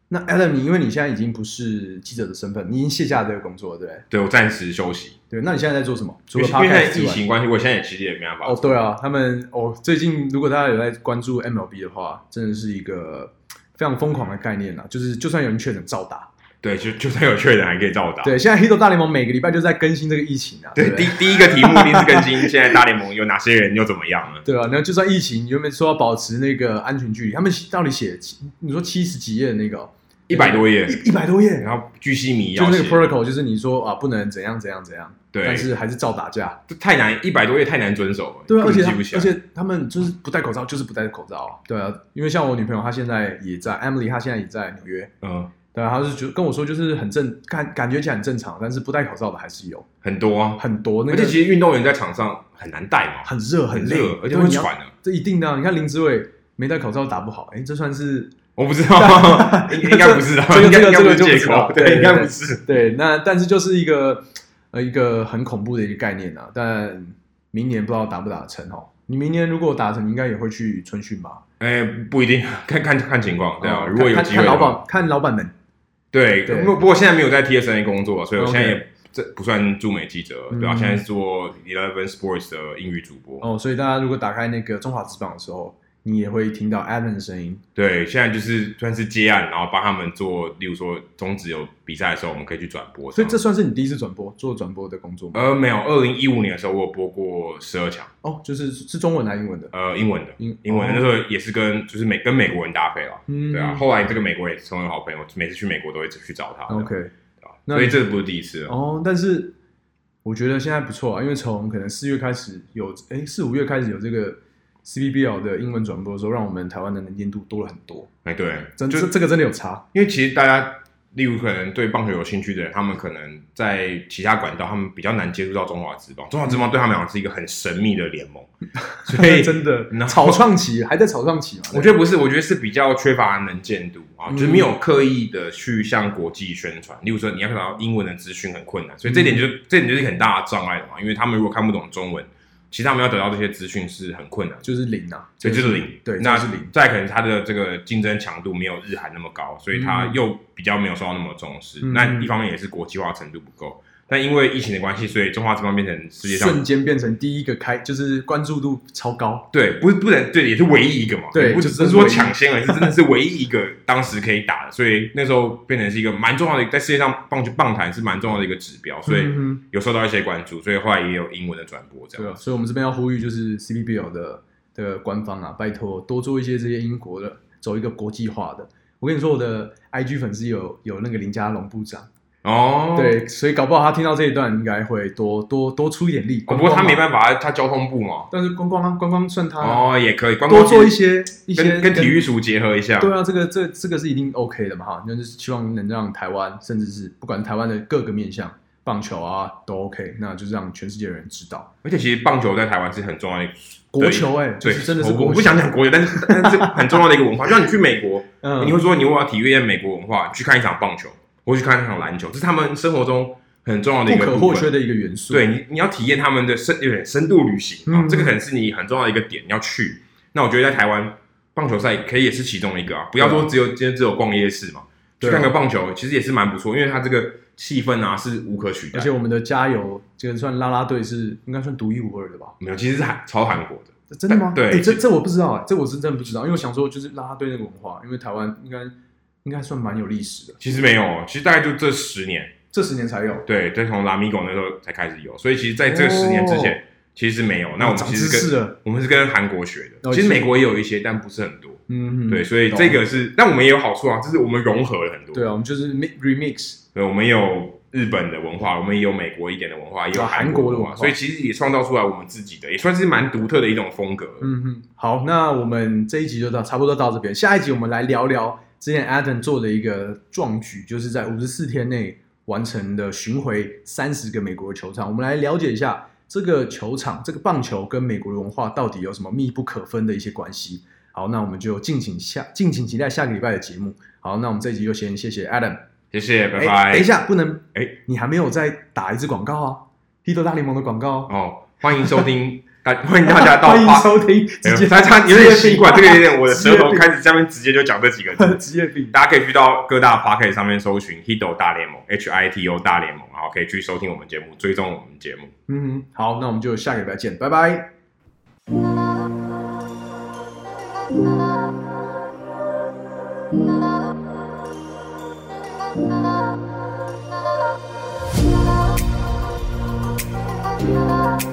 B: 那 Adam，你因为你现在已经不是记者的身份，你已经卸下这个工作了，对不对？
C: 对我暂时休息，
B: 对，那你现在在做什么？除
C: 因
B: 了
C: 为因为现在
B: Podcast 之
C: 疫
B: 外
C: 情关系，我现在也其实也没办法
B: 哦，对啊，他们哦，最近如果大家有在关注 MLB 的话，真的是一个非常疯狂的概念啊，就是就算有人确诊照打。
C: 对，就就算有确诊还可以照打。
B: 对，现在 Hito 大联盟每个礼拜就在更新这个疫情啊，对
C: 对，
B: 不
C: 第
B: 对？
C: 第一个题目一定是更新现在大联盟有哪些人又怎么样了？
B: 对啊，那就算疫情，原本说要保持那个安全距离，他们到底写你说七十几页的那个、哦，
C: 一百多页，
B: 一一百多页，啊
C: 然后巨细靡遗
B: 就
C: 要
B: 是那
C: 写，
B: 个 protocol，就是你说啊不能怎样怎样怎样，但
C: 对，
B: 是还是照打架。
C: 这太难，一百多页太难遵守了，
B: 对啊，而
C: 根本
B: 且他
C: 记不起
B: 而
C: 来。
B: 且他们就是不戴口罩，就是不戴口罩啊。对啊，因为像我女朋友，她现在也在 Emily，她现在也在纽约。
C: 嗯，
B: 对啊，她是就跟我说，就是很正，感感觉起来很正常，但是不戴口罩的还是有
C: 很多啊，
B: 很多，那
C: 而
B: 个
C: 且其实运动员在场上很难带嘛，
B: 很热
C: 很
B: 累
C: 热，，而且
B: 对
C: 会，
B: 你要
C: 喘啊。
B: 这一定的啊。你看林志伟没戴口罩打不好，哎，这算是
C: 我不知 道，应应该不是啊，
B: 这个
C: 应该
B: 这个
C: 应该
B: 这
C: 不
B: 个
C: 是
B: 就不
C: 借
B: 知道
C: 口，
B: 对对
C: 对，应该
B: 对
C: 不是。
B: 对，那但是就是一个呃一个很恐怖的一个概念啊。但明年不知道打不打得成哦。你明年如果打成，你应该也会去春训吧？
C: 哎，不一定，看看看情况，对啊，
B: 嗯
C: 如果有
B: 看
C: 机
B: 看
C: 会
B: 老
C: 的话，
B: 板看老板们，
C: 对，
B: 对
C: 不过不过现在没有在 TSA 工作，啊所以我
B: OK
C: 现在也这不算驻美记者，对啊，
B: 嗯
C: 现在是做 Eleven Sports 的英语主播，
B: 哦，所以大家如果打开那个中华职棒的时候，你也会听到 Adam 的声音。
C: 对，现在就是算是接案，然后帮他们做，例如说中职有比赛的时候，我们可以去转播。
B: 所以这算是你第一次转播做转播的工作吗？
C: 呃没有，二零一五年的时候我有播过十二强，
B: 哦，就是是中文还是英文的？
C: 呃英文的，
B: 英
C: 英文的那
B: 哦
C: 时候也是跟就是美跟美国人搭配了，
B: 嗯
C: 对啊。后来这个美国人也成为好朋友，每次去美国都会去找他。
B: ，OK，
C: 对啊
B: 那
C: 所以这不是第一次了。
B: 哦，但是我觉得现在不错啊，因为从可能四月开始有，哎，四五月开始有这个 CBBL 的英文转播的时候，让我们台湾的能见度多了很多，
C: 哎，对，
B: 真
C: 就
B: 这这个真的有 差。
C: 因为其实大家，例如可能对棒球有兴趣的人，他们可能在其他管道，他们比较难接触到中华职棒。中华职棒对他们来讲是一个很神秘的 联盟，所以
B: 真的
C: 然后
B: 草创期还在草创期嘛？
C: 我觉得不是，我觉得是比较缺乏能见度啊，
B: 嗯
C: 就是没有刻意的去向国际宣传。例如说，你要看到英文的资讯很困难，所以这点
B: 嗯
C: 就是、这点就是很大的障碍了嘛。因为他们如果看不懂中文，其实他们要得到这些资讯是很困难的，
B: 就是零啊，
C: 所以就是零。
B: 对，
C: 那
B: 就是零。
C: 再可能他的这个竞争强度没有日韩那么高，所以他又比较没有受到那么重视。
B: 嗯
C: 那一方面也是国际化程度不够，但因为疫情的关系，所以中华这方变成世界上
B: 瞬间变成第一个开，就是关注度超高。
C: 对，不是不能对，也是唯一一个嘛。
B: 对
C: 也不
B: 就
C: 只
B: 是
C: 是说
B: 唯一
C: 抢先而已，是真的是唯一一个当时可以打的，所以那时候变成是一个蛮重要的，在世界上棒球棒坛是蛮重要的一个指标，所以
B: 嗯哼
C: 有受到一些关注，所以后来也有英文的转播这
B: 对
C: 样。
B: 啊，所以我们这边要呼吁，就是 CBBL 的的官方啊，拜托多做一些这些英国的，走一个国际化的。我跟你说，我的 IG 粉丝有有那个林家龙部长，
C: 哦，
B: 啊对，所以搞不好他听到这一段应该会多多多出一点力。
C: 哦，不过他没
B: 法，
C: 办法，他交通部嘛。
B: 但是观光啊，观光算他啊
C: 哦，也可以，观光
B: 多做一些一些
C: 跟跟体育署结合一下。
B: 对啊，这个这这个是一定 OK 的嘛哈，那就是希望能让台湾，甚至是不管是台湾的各个面向，棒球啊都 OK，那就是让全世界的人知道
C: 而且其实棒球在台湾是很重要的一个
B: 国球哎、就
C: 对，
B: 是真的是
C: 我
B: 国
C: 我
B: 球
C: 不想讲，国球，但是但是很重要的一个文化。就像你去美国，
B: 嗯，
C: 你会说你我要体验美国文化，去看一场棒球，或去看一场篮球，这是他们生活中很重要的一
B: 不
C: 个
B: 可
C: 部
B: 或
C: 分
B: 缺的一个元素。
C: 对你，你要体验他们的深有点深度旅行啊，
B: 嗯
C: 这个可能是你很重要的一个点，你要去。那我觉得在台湾棒球赛可以也是其中一个啊，不要说只有今天只有逛夜市嘛，去
B: 对啊
C: 看个棒球其实也是蛮不错，因为它这个气氛啊是无可取代
B: 而且。我们的加油，这个算啦啦队是应该算独一无二的吧？
C: 没有，其实是韩超韩国的，
B: 这真的吗？
C: 对
B: 哎这这我不知道哎、这我是真的不知道，因为我想说就是啦啦队那个文化，因为台湾应该应该算蛮有历史的，
C: 其实没有哦，其实大概就这十年，
B: 这十年才有。
C: 对，就从拉米狗那时候才开始有，所以其实在这十年之前、其实是没有。那我们
B: 哦长
C: 其
B: 知
C: 实
B: 识
C: 跟
B: 了，
C: 我们是跟韩国学的，
B: 哦是
C: 其实美国也有一些，但不是很多。
B: 嗯，嗯
C: 对，所以
B: 懂
C: 这个是，但我们也有好处啊，就是我们融合了很多。
B: 对啊，我们就是 mi- remix
C: 对，我们有日本的文化，我们也有美国一点的文化，也有
B: 啊
C: 韩
B: 韩
C: 国
B: 国的
C: 文
B: 文
C: 化，
B: 化
C: 所以其实也创造出来我们自己的，也算是蛮独特的一种风格。
B: 嗯哼，好，那我们这一集就到差不多到这边，下一集我们来聊聊之前 Adam 做的一个壮举，就是在五十四天内完成的巡回三十个美国的球场，我们来了解一下这个球场、这个棒球跟美国的文化到底有什么密不可分的一些关系。好，那我们就敬请下敬请期待下个礼拜的节目。好，那我们这一集就先谢谢 Adam。
C: 谢谢，拜
B: 哎
C: 拜。
B: 等一下，不能
C: 哎
B: 你还没有再打一支广告啊，《黑豆大联盟》的广告哦。
C: 哦，欢迎收听， 大欢迎 大家到
B: 欢迎
C: 八。哎
B: 收听，直接
C: 他他有点习惯，这个有点我的
B: 职
C: 舌
B: 业
C: 头
B: 病。
C: 开始下面直接就讲这几个字
B: 职业病。
C: 大家可以去到各大 p o c k e t 上面搜寻 Hito 大联盟 H I T O 大联盟，然后可以去收听我们节目，追踪我们节目。
B: 嗯，好，那我们就下个礼拜见，拜拜。
D: Thank you.